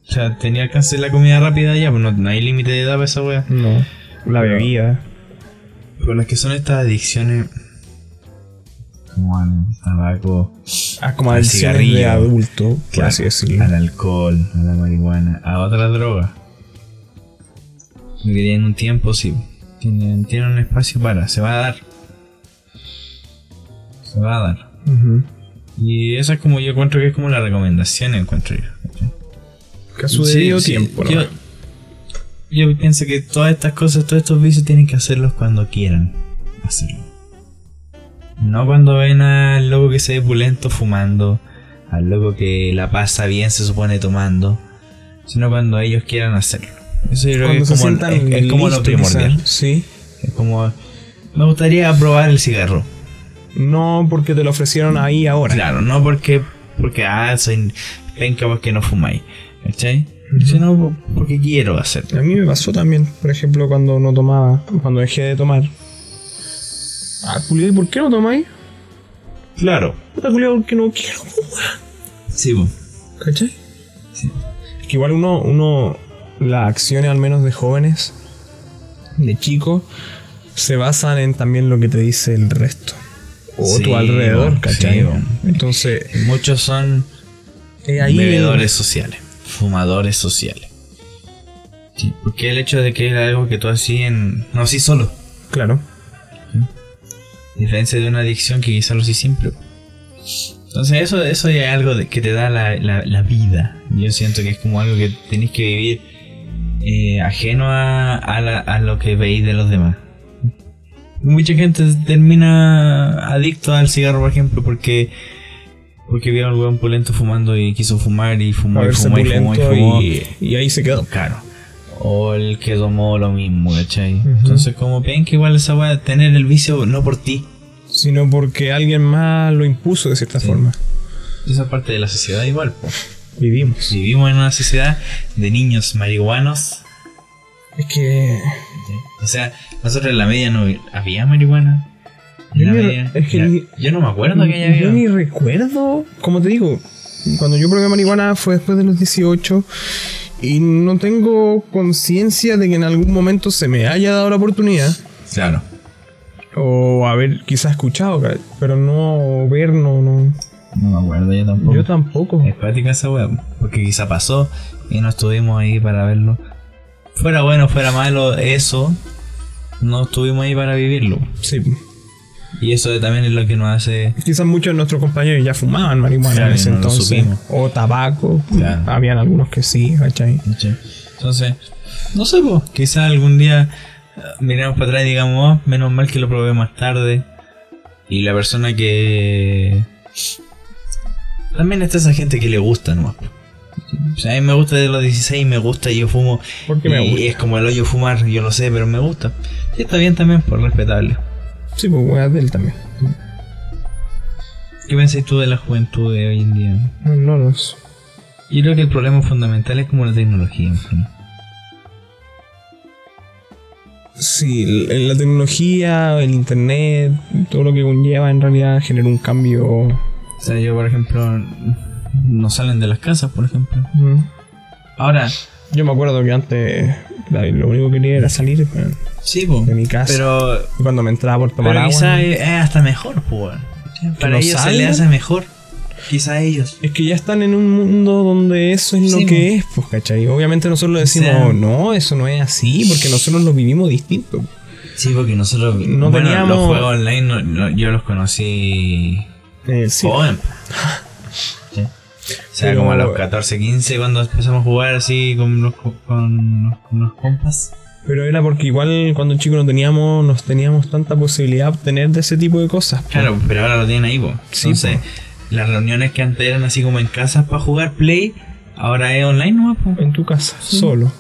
A: O sea, tenía alcance la comida rápida ya, pues no, no hay límite de edad para esa wea.
B: No. La bebida.
A: Pero las que son estas adicciones como al tabaco,
B: Ah, como
A: El
B: adicciones de
A: cigarrillo.
B: adulto, por
A: Claro,
B: así decirlo.
A: Al alcohol, a la marihuana, a otras drogas. Me quería en un tiempo, sí. Tienen, tienen un espacio para, se va a dar. Se va a dar.
B: Ujú.
A: Y esa es como yo encuentro que es como la recomendación, encuentro yo. ¿cachai?
B: Que a su
A: Sí,
B: debido
A: sí,
B: tiempo, ¿no?
A: yo, yo pienso que todas estas cosas, todos estos vicios tienen que hacerlos cuando quieran hacerlo. No cuando ven al loco que se ve pulento fumando, al loco que la pasa bien se supone tomando, sino cuando ellos quieran hacerlo. Eso yo creo que
B: Cuando
A: es
B: se
A: como,
B: sientan
A: es- es como lo
B: listos, quizás.
A: primordial.
B: Sí.
A: Es como, me gustaría probar el cigarro.
B: No porque te lo ofrecieron ahí ahora.
A: Claro, no porque, porque ah, soy penca porque no fumáis. ¿Cachai? sino porque quiero hacerlo.
B: A mí me pasó también, por ejemplo, cuando no tomaba, cuando dejé de tomar. Ah, culiao, ¿y por qué no tomáis?
A: Claro.
B: Puta culiao, porque no quiero, po, weón.
A: Sí, po.
B: ¿Cachai?
A: Sí.
B: Es que igual uno, uno, las acciones al menos de jóvenes, de chicos, se basan en también lo que te dice el resto. O
A: Sí,
B: tu alrededor,
A: bueno,
B: ¿cachai?
A: sí, bueno.
B: Entonces,
A: Muchos son
B: es ahí...
A: bebedores sociales, fumadores sociales. Sí, porque el hecho de que era algo que tú hacías en... No, sí solo.
B: Claro.
A: A diferencia de una adicción que quizás lo sí siempre. Entonces eso, eso ya es algo de- que te da la, la- la vida. Yo siento que es como algo que tenés que vivir eh, ajeno a, a la- a lo que veis de los demás. Mucha gente termina adicto al cigarro, por ejemplo, porque porque vieron al weón pulento fumando y quiso fumar y
B: A
A: fumó y
B: verse
A: fumó y fumó y
B: pulento
A: fumó.
B: y, y ahí se quedó.
A: Claro. O el que tomó lo mismo, ¿cachai?
B: Ujú.
A: Entonces como ven que igual esa weá, tener el vicio no por ti,
B: Sino porque alguien más lo impuso de cierta forma.
A: Esa parte de la sociedad igual. po.
B: Vivimos.
A: Vivimos en una sociedad de niños marihuanos.
B: Es que...
A: O sea, nosotros en la media no había marihuana. En
B: Yo
A: la
B: ni-
A: media.
B: es que
A: Ya-
B: ni-
A: yo no me acuerdo que haya
B: Yo
A: habido.
B: ni recuerdo, como te digo, cuando yo probé marihuana fue después de los 18 y no tengo conciencia de que en algún momento se me haya dado la oportunidad
A: Claro.
B: o haber quizás escuchado, ca- pero no ver, no, no.
A: No me acuerdo yo tampoco.
B: Yo tampoco.
A: Es práctica esa weá. po, Porque quizá pasó y no estuvimos ahí para verlo. Fuera bueno, fuera malo, eso. No estuvimos ahí para vivirlo.
B: Sí.
A: Y eso también es lo que nos hace.
B: Quizás muchos de nuestros compañeros ya fumaban marihuana
A: Claro,
B: en ese
A: no lo
B: entonces.
A: supimos.
B: O tabaco.
A: Claro.
B: Habían algunos que sí, ¿cachai?
A: ¿Cachai? Entonces, no sé, pues, quizás algún día eh, miremos para atrás y digamos, "Oh, menos mal que lo probé más tarde. Y la persona que. También está esa gente que le gusta nomás. po. O sea, a mí me gusta de los 16, me gusta y yo fumo.
B: Porque me
A: y
B: gusta.
A: es como el hoyo fumar, yo lo sé, pero me gusta. Y está bien también, por respetable.
B: Sí, pues weas de él también.
A: ¿Qué pensáis tú de la juventud de hoy en día?
B: No, no los.
A: Yo creo que el problema fundamental es como la tecnología. en fin.
B: Sí, l- la tecnología, el internet, todo lo que conlleva en realidad genera un cambio.
A: O sea, yo, por ejemplo, no salen de las casas, por ejemplo. Ahora,
B: Yo me acuerdo que antes la- lo único que quería era salir weón.
A: sí, po,
B: de mi casa.
A: pero,
B: Y cuando me entraba por tomar
A: pero
B: agua.
A: quizás es es hasta mejor, po, weón. Para
B: no
A: ellos se le
B: salgan?
A: hace mejor. Quizá a ellos.
B: Es que ya están en un mundo donde eso es lo
A: Sí,
B: que es, pues, ¿cachai? Obviamente nosotros le decimos,
A: sea-
B: no, eso no es así, porque nosotros lo vivimos distinto.
A: Sí, porque nosotros.
B: No
A: bueno,
B: teníamos-
A: los juegos online no- no- yo los conocí.
B: Eh, sí.
A: *laughs* joven. Sí. O sea,
B: Pero-
A: como a los 14, 15, cuando empezamos a jugar así con los, co- con los, con los compas.
B: Pero era porque igual cuando chicos no teníamos, nos teníamos tanta posibilidad de obtener de ese tipo de cosas. pues.
A: Claro, pero ahora lo tienen ahí, po.
B: Sí,
A: Entonces, las reuniones que antes eran así como en casa para jugar Play, ahora es online nomás, po.
B: En tu casa, solo.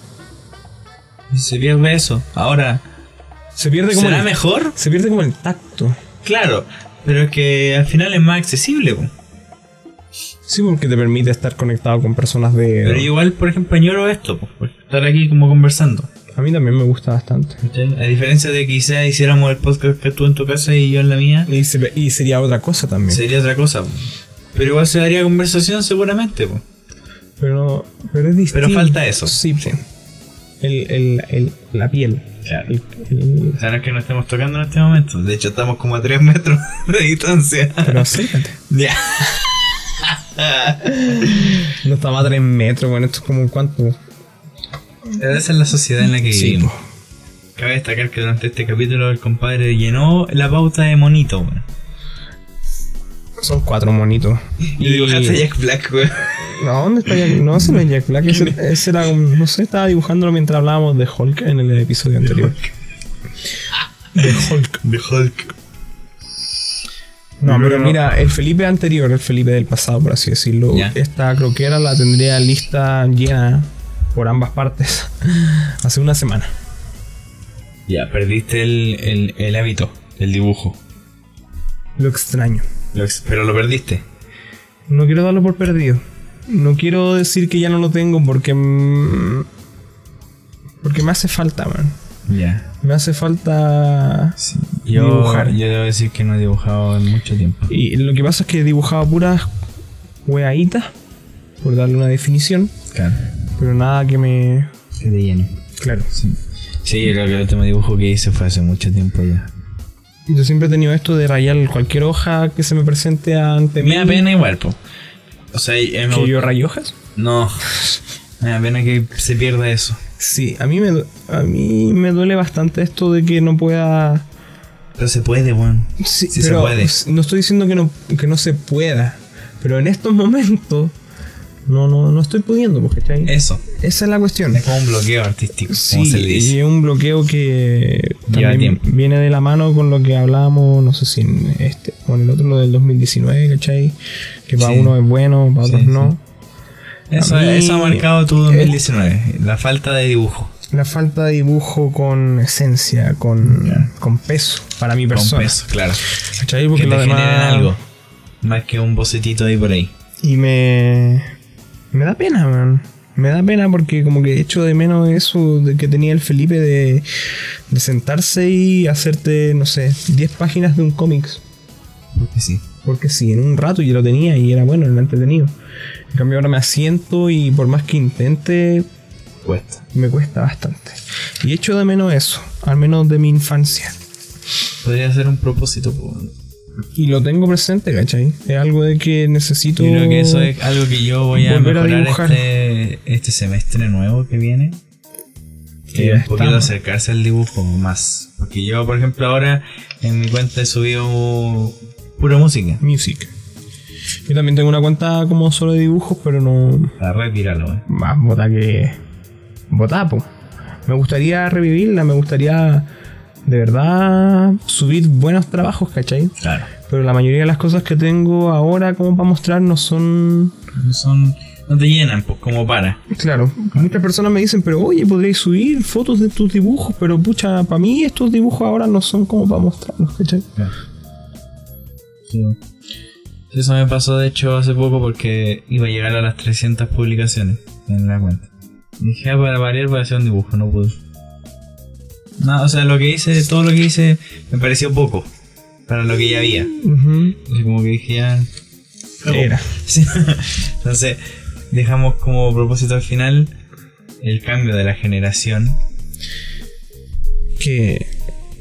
A: Y se pierde eso. Ahora,
B: Se pierde como
A: ¿será
B: el-
A: mejor?
B: Se pierde como el tacto.
A: Claro, pero es que al final es más accesible, po.
B: Sí, porque te permite estar conectado con personas de...
A: Pero igual, por ejemplo, añoro esto, po, por estar aquí como conversando.
B: A mí también me gusta bastante.
A: ¿cachai? A diferencia de que quizás hiciéramos el podcast que tú en tu casa y yo en la mía,
B: Y, se- y sería otra cosa también.
A: sería otra cosa, po. Pero igual se daría conversación seguramente, po.
B: Pero, pero es distinto.
A: falta eso.
B: Sí, sí. El, el, el- la piel.
A: Claro.
B: El- el-
A: O sea, no es que nos estemos tocando en este momento. De hecho, estamos como a 3 metros *laughs* de distancia.
B: *laughs* Pero acércate.
A: Ya.
B: No estaba a 3 metros, bueno, esto es como cuánto.
A: Esa es la sociedad en la que vivimos.
B: po.
A: Cabe destacar que durante este capítulo el compadre llenó la pauta de monito, weón.
B: Son cuatro monitos.
A: Y dibujaste a Jack Black, weón.
B: No, ¿dónde está Jack? No, ese no es Jack Black. Ese, ese era un- No sé, estaba dibujándolo mientras hablábamos de Hulk en el episodio anterior. De Hulk.
A: De Hulk.
B: No, pero
A: no.
B: mira, el Felipe anterior, el Felipe del pasado, por así decirlo,
A: Ya.
B: esta croquera la tendría lista llena por ambas partes *laughs* hace una semana.
A: Ya, perdiste el, el, el hábito, el dibujo.
B: Lo extraño.
A: Lo ex- pero lo perdiste.
B: No quiero darlo por perdido. No quiero decir que ya no lo tengo porque. mm, Porque me hace falta, man.
A: Ya.
B: Me hace falta.
A: Sí. Yo,
B: Dibujar.
A: yo debo decir que no he dibujado en mucho tiempo.
B: Y lo que pasa es que dibujaba puras weaitas, por darle una definición,
A: Claro.
B: pero nada que me.
A: Que te llene.
B: Claro.
A: Sí. Sí, lo que el último dibujo que hice fue hace mucho tiempo ya.
B: Yo siempre he tenido esto de rayar cualquier hoja que se me presente ante mí.
A: Me da pena igual, po. O sea, eh, me
B: ¿Que
A: gust-
B: yo rayo hojas?
A: No. Me da pena que se pierda eso.
B: Sí, a mí, me, du- a mí me duele bastante esto de que no pueda.
A: Pero se puede, weón.
B: Sí,
A: Sí se
B: pero
A: puede.
B: No estoy diciendo que no, que no se pueda, pero en estos momentos no, no, no estoy pudiendo, pues, ¿cachai?
A: Eso.
B: Esa es la cuestión.
A: Es como un bloqueo artístico. como
B: Sí,
A: se le dice.
B: y es un bloqueo que
A: Lleva
B: también
A: tiempo.
B: viene de la mano con lo que hablábamos, no sé si en este o en el otro, lo del 2019, ¿cachai? Que para
A: Sí.
B: uno es bueno, para
A: Sí,
B: otros no.
A: Eso,
B: a mí-
A: eso ha marcado tu 2019. La falta de dibujo.
B: La falta de dibujo con esencia, con,
A: Ya.
B: con peso, para mi
A: Con
B: persona.
A: peso, claro.
B: ¿Cachai?
A: Que
B: Porque
A: te
B: lo
A: generen
B: demás-
A: algo. Más que un bocetito ahí por ahí.
B: Y me. Me da pena, man. Me da pena porque como que echo de menos eso de que tenía el Felipe de, de sentarse y hacerte, no sé, 10 páginas de un cómics.
A: Porque sí.
B: Porque sí, en un rato yo lo tenía y era bueno, era entretenido. En cambio ahora me asiento y por más que intente,
A: Cuesta.
B: me cuesta bastante. Y echo de menos eso, al menos de mi infancia.
A: Podría ser un propósito. po.
B: Y lo tengo presente, ¿cachai? Es algo de que necesito...
A: Yo creo que eso es algo que yo voy a
B: Volver a
A: mejorar
B: dibujar.
A: este, este semestre nuevo que viene.
B: Que
A: Que
B: ya
A: un poquito
B: estamos.
A: acercarse al dibujo más. Porque yo, por ejemplo, ahora en mi cuenta he subido pura música.
B: Music. Yo también tengo una cuenta como solo de dibujos, pero no.
A: Para retirarlo, wey.
B: Más bota que. Botapo. Me gustaría revivirla, me gustaría de verdad subir buenos trabajos, ¿cachai?
A: Claro.
B: Pero la mayoría de las cosas que tengo ahora como para mostrar no son.
A: No Son, no te llenan, pues, como para.
B: Claro, muchas personas me dicen, pero oye, podríais subir fotos de tus dibujos, pero pucha, para mí estos dibujos ahora no son como para mostrarlos, ¿cachai?
A: Sí. Eso me pasó de hecho hace poco porque iba a llegar a las 300 publicaciones en la cuenta. Y Dije, ah, para variar voy a hacer un dibujo, no pude. No, o sea, lo que hice, todo lo que hice me pareció poco para lo que ya había.
B: Ujú.
A: Así como que dije, ya...
B: Era.
A: *laughs* Sí. Entonces, dejamos como propósito al final el cambio de la generación.
B: Que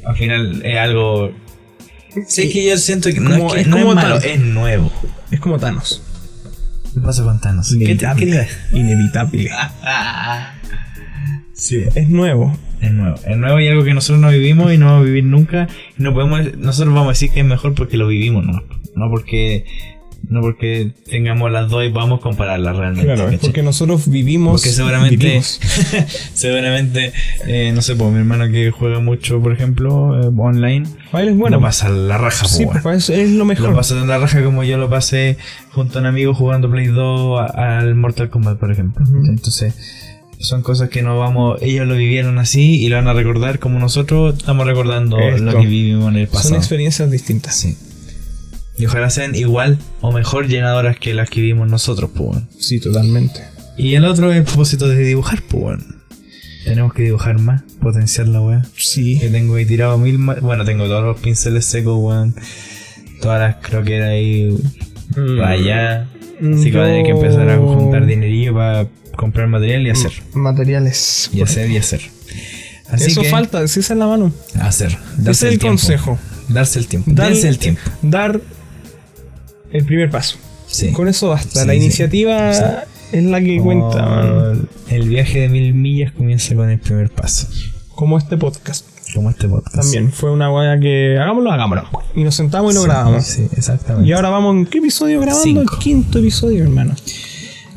A: Al final es algo... Sí, es que yo siento que no
B: Como-
A: es, que
B: es
A: no
B: como
A: es malo,
B: tal-
A: es nuevo.
B: es como Thanos.
A: ¿Qué pasa con Thanos? ¿Qué te- *laughs* qué
B: Inevitable.
A: te-
B: Inevitable.
A: Sí,
B: Es nuevo.
A: es nuevo. Es nuevo y algo que nosotros no vivimos y no vamos a vivir nunca. Y no podemos, nosotros vamos a decir que es mejor porque lo vivimos, ¿no? No porque, no porque tengamos las dos y vamos a compararlas realmente.
B: Claro, es
A: ¿cachai?
B: porque nosotros vivimos.
A: Porque seguramente,
B: vivimos.
A: *laughs* seguramente, eh, no sé, pues mi hermano que juega mucho, por ejemplo, eh, online,
B: Para él es
A: bueno,
B: bueno.
A: lo pasa la raja,
B: sí,
A: pues,
B: pues para eso es lo
A: Lo
B: *laughs* mejor.
A: pasó en la raja como yo lo pasé junto a un amigo jugando Play 2 a- al Mortal Kombat, por ejemplo.
B: Ujú.
A: Entonces, son cosas que no vamos. Ellos lo vivieron así y lo van a recordar como nosotros estamos recordando
B: Esto.
A: lo que vivimos en el
B: Son
A: pasado.
B: experiencias distintas.
A: Sí. Y ojalá sean igual o mejor llenadoras que las que vivimos nosotros, pues. weón.
B: Sí, totalmente.
A: Y el otro es el propósito de dibujar, pues. weón. Tenemos que dibujar más, potenciar la weá.
B: Sí.
A: Que tengo ahí tirado mil ma- Bueno, tengo todos los pinceles secos, weón. Todas las croqueras ahí
B: Mm.
A: Vaya. Así que voy a tener que empezar a
B: Yo-
A: juntar dinerillo para comprar material
B: Mm.
A: y hacer.
B: Materiales.
A: Y hacer y hacer. Así
B: eso
A: que,
B: falta, sí, esa es la mano.
A: Hacer. Darse
B: Ese es el
A: tiempo.
B: consejo.
A: Darse el tiempo.
B: Dar-
A: Darse el tiempo.
B: Dar el primer paso.
A: Sí.
B: Con eso basta.
A: Sí,
B: la
A: sí. Oh.
B: iniciativa es la que cuenta, man.
A: El viaje de mil millas comienza con el primer paso.
B: Como este podcast.
A: Como este podcast.
B: También fue una guaya que hagámoslo, hagámoslo. Y nos sentamos y lo
A: Sí,
B: grabamos.
A: Sí, exactamente.
B: Y ahora vamos en qué episodio grabando?
A: Cinco.
B: El quinto episodio, hermano.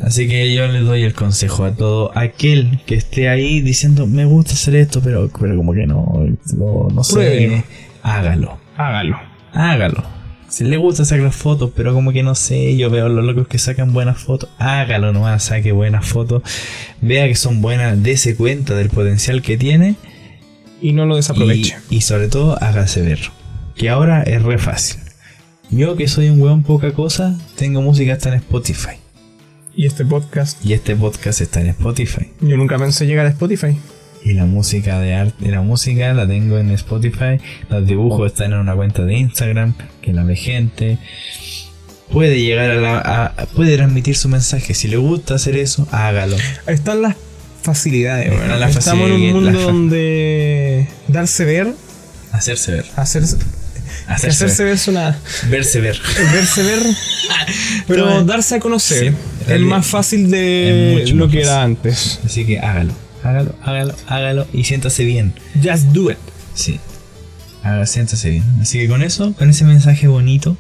A: Así que yo le doy el consejo a todo aquel que esté ahí diciendo me gusta hacer esto, pero, pero como que no, no, no
B: Pruébelo.
A: sé. Hágalo.
B: Hágalo.
A: hágalo. Si le gusta sacar fotos, pero como que no sé, yo veo los locos que sacan buenas fotos, hágalo nomás, saque buenas fotos, vea que son buenas, dése cuenta del potencial que tiene
B: Y no lo
A: y,
B: desaproveche.
A: y sobre todo hágase ver, que ahora es re fácil. Yo que soy un weón poca cosa, tengo música hasta en Spotify.
B: Y este podcast.
A: Y este podcast está en Spotify.
B: Yo nunca pensé llegar a Spotify.
A: Y la música de arte, la música la tengo en Spotify. Los dibujos están en una cuenta de Instagram que la ve gente. Puede llegar a la. a- puede transmitir su mensaje. Si le gusta hacer eso, hágalo.
B: Están las facilidades,
A: Están
B: weón.
A: las
B: Estamos en un
A: facilidades,
B: mundo
A: la fa-
B: donde darse ver,
A: Hacerse ver.
B: hacerse, que
A: Hacerse,
B: hacerse ver suena.
A: ver. Verse ver. *laughs*
B: Verse ver. Pero
A: Todo-
B: darse a
A: eh, Sí,
B: conocer es
A: realmente.
B: más fácil
A: Es
B: de
A: mucho
B: lo
A: más
B: que era
A: fácil.
B: antes.
A: Así que hágalo. Hágalo, hágalo, hágalo y siéntase bien.
B: Just do it.
A: Sí. Hágalo, siéntase bien. Así que con eso, con ese mensaje bonito.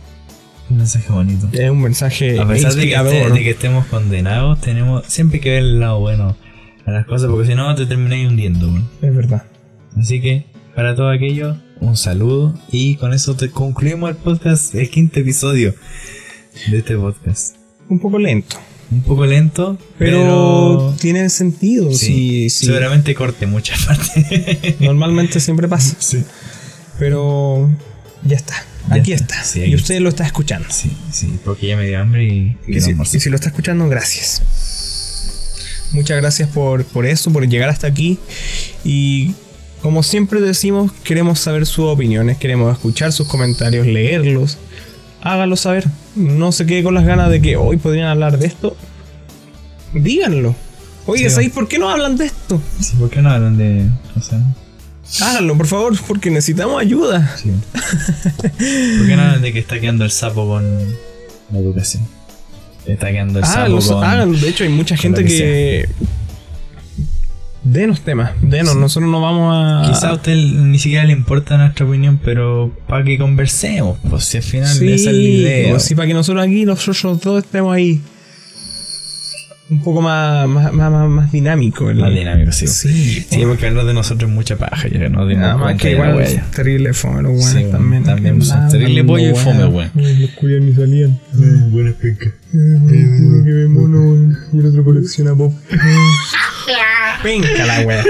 A: Un mensaje bonito.
B: Es un mensaje
A: A pesar de que,
B: inspirador.
A: esté- de que estemos condenados, tenemos siempre que ver el lado bueno a las cosas, porque si no te termináis hundiendo. weón.
B: Es verdad.
A: Así que, para todo aquello, un saludo y con eso te concluimos el podcast, el quinto episodio de este podcast.
B: Un poco lento.
A: Un poco lento,
B: Pero,
A: pero...
B: tiene sentido.
A: sí,
B: Sí, sí.
A: seguramente corte muchas *laughs* partes.
B: Normalmente siempre pasa.
A: *laughs* sí.
B: Pero ya está.
A: Ya
B: aquí
A: está.
B: está.
A: Sí,
B: y
A: aquí
B: usted lo está escuchando.
A: Sí, sí, porque ya me dio hambre y...
B: Y
A: quiero
B: si,
A: almorzar.
B: y si lo está escuchando, gracias. Muchas gracias por, por eso, por llegar hasta aquí. Y como siempre decimos, queremos saber sus opiniones, queremos escuchar sus comentarios, leerlos. Hágalo saber. No se quede con las ganas de que hoy podrían hablar de esto. Díganlo. Oye,
A: Sí.
B: ¿sabéis por qué no hablan de esto?
A: Sí, ¿por qué no hablan de... o sea,
B: Háganlo, por favor, porque necesitamos ayuda.
A: sí. ¿Por qué no hablan de que está quedando el sapo con la educación? Está quedando el sapo
B: Háganlo,
A: con...
B: háganlo. Ah, De hecho, hay mucha
A: con lo
B: gente
A: que
B: que... Denos temas, denos, nosotros no vamos a...
A: Quizá a usted ni siquiera le importa nuestra opinión, pero para que conversemos, pues si al final esa es la idea.
B: pues sí, para que nosotros aquí, nosotros dos estemos ahí. Un poco más, más, más, más- más dinámico. el-
A: Más dinámico, sí.
B: Sí,
A: Sí, porque hablar de nosotros es mucha paja, ya no dimos
B: Nada más
A: cuenta
B: que
A: ya,
B: igual
A: wey.
B: es terrible fome, los
A: Sí,
B: buenos
A: bueno,
B: también.
A: también son
B: Nada,
A: terrible pollo y
B: bueno.
A: fome, weón.
B: Los culios ni salían.
A: Buena penca.
B: Eh, Uno que ve mono weón, y el otro colecciona pop. Penca la wea.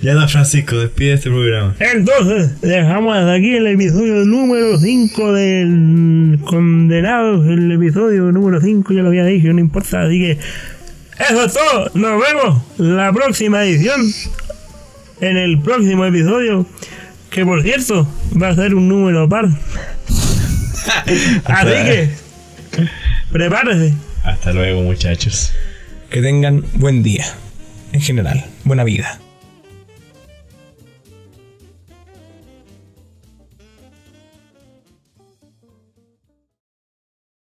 A: Ya don Francisco, despide este programa.
E: Entonces, dejamos hasta aquí el episodio número 5 del Condenados, el episodio número 5, ya lo había dicho, no importa, así que eso es todo, nos vemos la próxima edición, en el próximo episodio, que por cierto, va a ser un número par. así que, prepárese.
A: Hasta luego, muchachos.
B: Que tengan buen día. En general, buena vida.